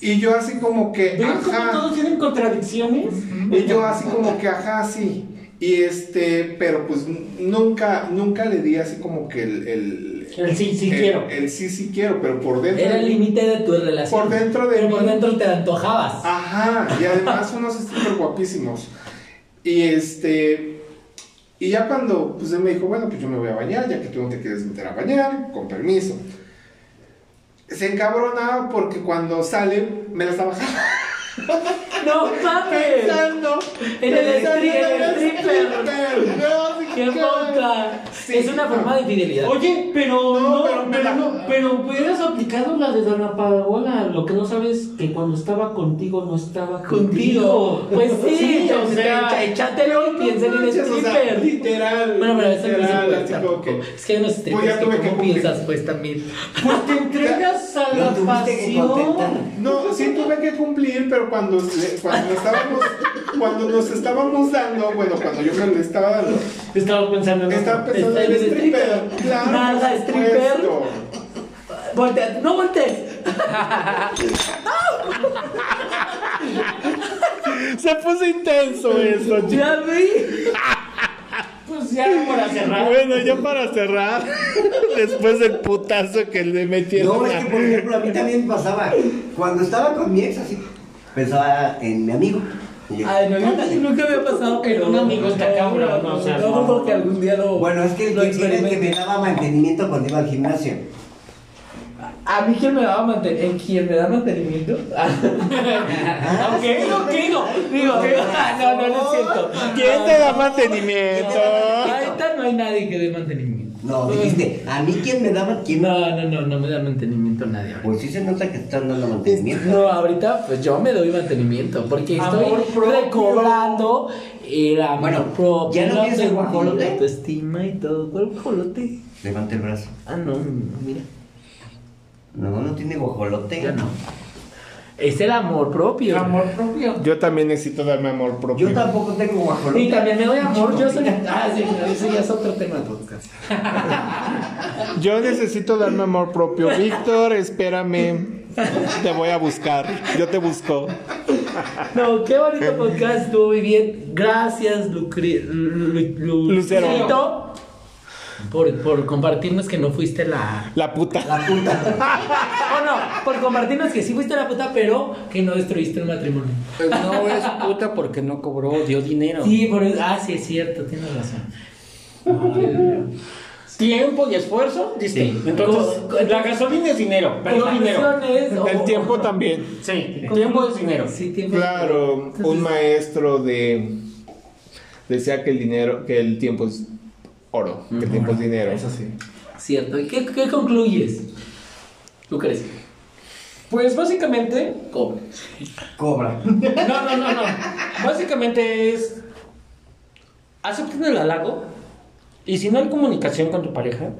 Speaker 1: Y yo así como que.
Speaker 7: ¿Ven cómo
Speaker 1: ajá.
Speaker 7: todos tienen contradicciones?
Speaker 1: Y yo así como que, ajá, sí. Y este, pero pues nunca, nunca le di así como que el... El,
Speaker 7: El sí, sí
Speaker 1: el-
Speaker 7: quiero.
Speaker 1: El sí, sí quiero, pero por dentro...
Speaker 4: Era el límite de tu relación.
Speaker 1: Por dentro de
Speaker 4: Pero
Speaker 1: mí.
Speaker 4: por dentro te antojabas.
Speaker 1: Ajá, y además unos strippers guapísimos. Y este... Y ya cuando, pues él me dijo, bueno, pues yo me voy a bañar, ya que tú no te quieres meter a bañar, con permiso. Se encabronaba porque cuando sale, me la estaba
Speaker 4: No mames.
Speaker 1: pensando.
Speaker 4: En el
Speaker 1: pensando
Speaker 4: stri- en el stripper.
Speaker 1: stripper. No, sí,
Speaker 4: Qué poca.
Speaker 1: Sí,
Speaker 4: es una
Speaker 1: no.
Speaker 4: forma de fidelidad.
Speaker 7: Oye, pero
Speaker 1: No,
Speaker 7: no,
Speaker 1: pero
Speaker 7: pero,
Speaker 1: me la-
Speaker 7: no, pero hubieras aplicado la de Dana Paola. Lo que no sabes que cuando estaba contigo no estaba contigo.
Speaker 4: Pues sí,
Speaker 7: o sea,
Speaker 4: échatelo y piensa en el
Speaker 1: manches, o sea,
Speaker 4: stripper.
Speaker 1: literal.
Speaker 4: bueno, pero eso no se
Speaker 1: literal,
Speaker 4: puede
Speaker 1: así como
Speaker 4: tampoco.
Speaker 1: que-
Speaker 4: Es que hay unos
Speaker 1: Pues ya
Speaker 4: strippers
Speaker 1: tuve
Speaker 4: que
Speaker 1: que
Speaker 4: como
Speaker 1: cumplir.
Speaker 4: piensas pues también.
Speaker 7: pues te entregas a
Speaker 2: Lo
Speaker 7: la
Speaker 2: tuviste que contentar.
Speaker 7: pasión.
Speaker 1: No, sí tuve que cumplir, pero cuando, le- cuando estábamos, cuando nos estábamos dando, bueno, cuando yo me lo estaba dando,
Speaker 7: Estaba pensando en
Speaker 1: estaba
Speaker 7: otro.
Speaker 1: pensando en el
Speaker 4: Está en el
Speaker 1: stripper.
Speaker 4: stripper.
Speaker 1: Claro,
Speaker 4: Nada,
Speaker 1: por
Speaker 4: stripper.
Speaker 1: supuesto.
Speaker 4: Voltea, no voltees.
Speaker 11: Se puso intenso eso, chicos.
Speaker 4: Ya vi.
Speaker 7: Pues ya para cerrar.
Speaker 11: Bueno, ya para cerrar, después del putazo que le metieron
Speaker 2: No, es
Speaker 11: a-
Speaker 2: que por ejemplo a mí también pasaba. Cuando estaba con mi ex así, pensaba en mi amigo. Y yo,
Speaker 4: Ay, no, nunca, nunca había pasado.
Speaker 7: Pero un amigo está cabrón,
Speaker 4: no,
Speaker 7: no seas
Speaker 4: no,
Speaker 7: mamón.
Speaker 4: porque algún día lo.
Speaker 2: Bueno, es que el
Speaker 4: lo
Speaker 2: que era el que me
Speaker 4: experimenté.
Speaker 2: daba mantenimiento cuando iba al gimnasio.
Speaker 4: A mí quien me daba mantenimiento. ¿Quién me da mantenimiento? Ah,
Speaker 12: Ah,
Speaker 7: Ok, ok, digo.
Speaker 4: Digo, ah, no, no, no es cierto.
Speaker 11: ¿Quién te da mantenimiento?
Speaker 4: Ahorita no hay nadie que dé mantenimiento.
Speaker 2: No, dijiste, a mí quién me daba quién.
Speaker 4: No, no, no, no me da mantenimiento nadie ahorita.
Speaker 2: Pues sí se nota que te están dando mantenimiento.
Speaker 4: No, ahorita pues yo me doy mantenimiento porque
Speaker 7: Amor
Speaker 4: estoy
Speaker 7: propio.
Speaker 4: recobrando el amor
Speaker 2: Bueno,
Speaker 4: propio.
Speaker 2: ¿ya no
Speaker 4: la
Speaker 2: tienes el guajolote?
Speaker 4: La autoestima y todo. ¿Cuál guajolote?
Speaker 2: Levanta el brazo.
Speaker 4: Ah, no, mira.
Speaker 2: No, no tiene guajolote.
Speaker 4: Ya no. Es el amor propio.
Speaker 7: Amor propio.
Speaker 1: Yo también necesito darme amor propio.
Speaker 2: Yo tampoco tengo
Speaker 4: Y
Speaker 2: guajolote.
Speaker 4: también me doy amor. Yo soy. Ah, sí, no, ese ya es otro tema podcast.
Speaker 1: Yo necesito darme amor propio. Víctor, espérame. Te voy a buscar. Yo te busco.
Speaker 4: No, qué
Speaker 1: Eh.
Speaker 4: bonito podcast. Estuvo muy bien. Gracias, Lucri- Lu- Lu-
Speaker 1: Lucero.
Speaker 4: Lucerito, Por, por compartirnos que no fuiste la.
Speaker 1: La puta.
Speaker 2: La puta.
Speaker 4: Oh, no, por compartirnos que sí fuiste la puta, pero que no destruiste un matrimonio.
Speaker 12: Pues No es puta porque no cobró, dio dinero.
Speaker 4: Sí, por eso. Ah, sí, es cierto, tienes razón.
Speaker 7: Tiempo y esfuerzo, diste.
Speaker 4: Sí.
Speaker 7: Entonces,
Speaker 4: Co- co-
Speaker 7: la gasolina es dinero, pero no dinero.
Speaker 4: Conclusiones, o-
Speaker 1: El tiempo también.
Speaker 7: Sí, tiempo es dinero.
Speaker 4: oh, Sí, tiempo.
Speaker 1: Claro, un
Speaker 4: Entonces,
Speaker 1: maestro de decía que el dinero, que el tiempo es oro, que el tiempo es dinero.
Speaker 4: Cierto. ¿Y qué, qué concluyes? ¿Tú crees?
Speaker 7: Pues básicamente,
Speaker 4: ¿Cómo?
Speaker 2: Cobra.
Speaker 7: No, no, no, no. Básicamente es. Acepten el halago. Y si no hay comunicación con tu pareja.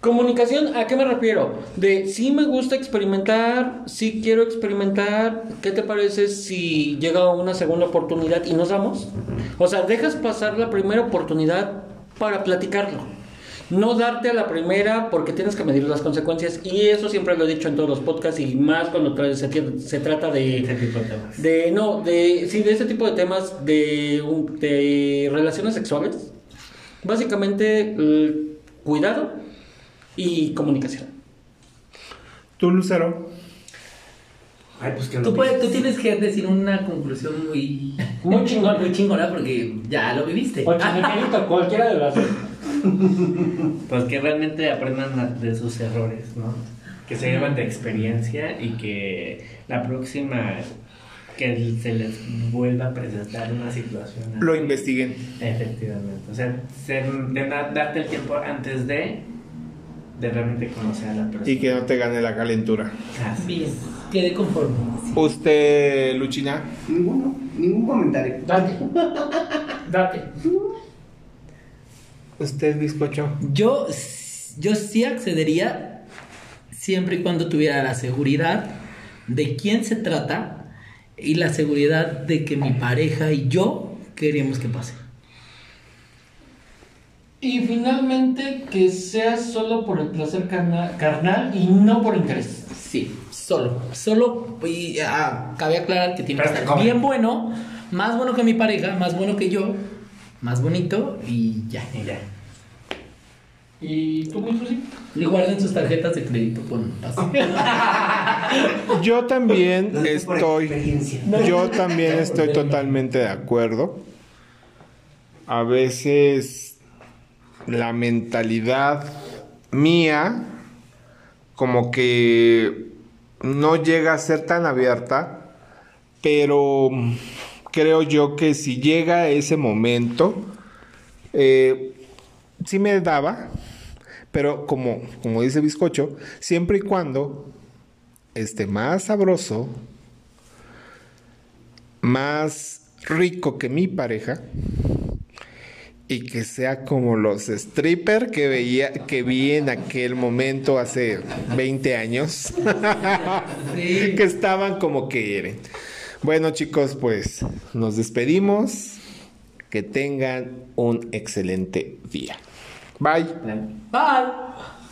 Speaker 7: Comunicación, ¿a qué me refiero? De sí me gusta experimentar, sí quiero experimentar. ¿Qué te parece si llega una segunda oportunidad y nos vamos? O sea, dejas pasar la primera oportunidad para platicarlo. No darte a la primera porque tienes que medir las consecuencias. Y eso siempre lo he dicho en todos los podcasts y más cuando tra- se, tie- se trata
Speaker 3: Este
Speaker 7: de.
Speaker 3: tipo de temas.
Speaker 7: De, no, de, sí, de ese tipo de temas de, un- de relaciones sexuales. Básicamente, el cuidado y comunicación.
Speaker 1: Tú, Lucero.
Speaker 2: Ay, pues que
Speaker 4: Tú,
Speaker 2: lo
Speaker 4: puedes, tú
Speaker 2: dices.
Speaker 4: tienes que decir una conclusión muy...
Speaker 7: Muy chingona.
Speaker 4: Muy chingona porque ya lo viviste.
Speaker 7: cualquiera de las dos.
Speaker 3: Pues que realmente aprendan a- de sus errores, ¿no? Que se llevan de experiencia y que la próxima que se les vuelva a presentar una situación. así,
Speaker 1: Lo investiguen.
Speaker 3: Efectivamente. O sea, ser- de na- darte el tiempo antes de, de realmente conocer a la persona.
Speaker 1: Y que no te gane la calentura.
Speaker 3: Así
Speaker 4: Ah, Bien,
Speaker 3: es.
Speaker 4: quedé conforme.
Speaker 1: Usted, Luchina.
Speaker 2: Ninguno, ningún comentario.
Speaker 7: Date. Date.
Speaker 1: Usted, bizcocho.
Speaker 4: Yo, s- yo sí accedería siempre y cuando tuviera la seguridad de quién se trata y la seguridad de que mi pareja y yo queríamos que pase.
Speaker 7: Y finalmente, que sea solo por el placer carna- carnal y no por interés.
Speaker 4: Sí, solo. Solo, y ah, cabe aclarar que tiene que
Speaker 3: Pero te
Speaker 4: estar
Speaker 3: come.
Speaker 4: bien bueno, más bueno que mi pareja, más bueno que yo, más bonito y ya.
Speaker 3: Y ya.
Speaker 7: ¿Y tú, muy Susi?
Speaker 4: Y guarden sus tarjetas de crédito con pase.
Speaker 1: Yo también
Speaker 2: Lo digo por
Speaker 1: estoy.
Speaker 2: experiencia.
Speaker 1: Yo también estoy totalmente de acuerdo. A veces la mentalidad mía como que no llega a ser tan abierta, pero creo yo que si llega ese momento, eh, sí me daba, pero como, como dice Bizcocho, siempre y cuando esté más sabroso, más rico que mi pareja y que sea como los stripper que veía que vi en aquel momento hace 20 años que estaban como quieren. Bueno, chicos, pues nos despedimos. Que tengan un excelente día. Bye.
Speaker 4: Bye.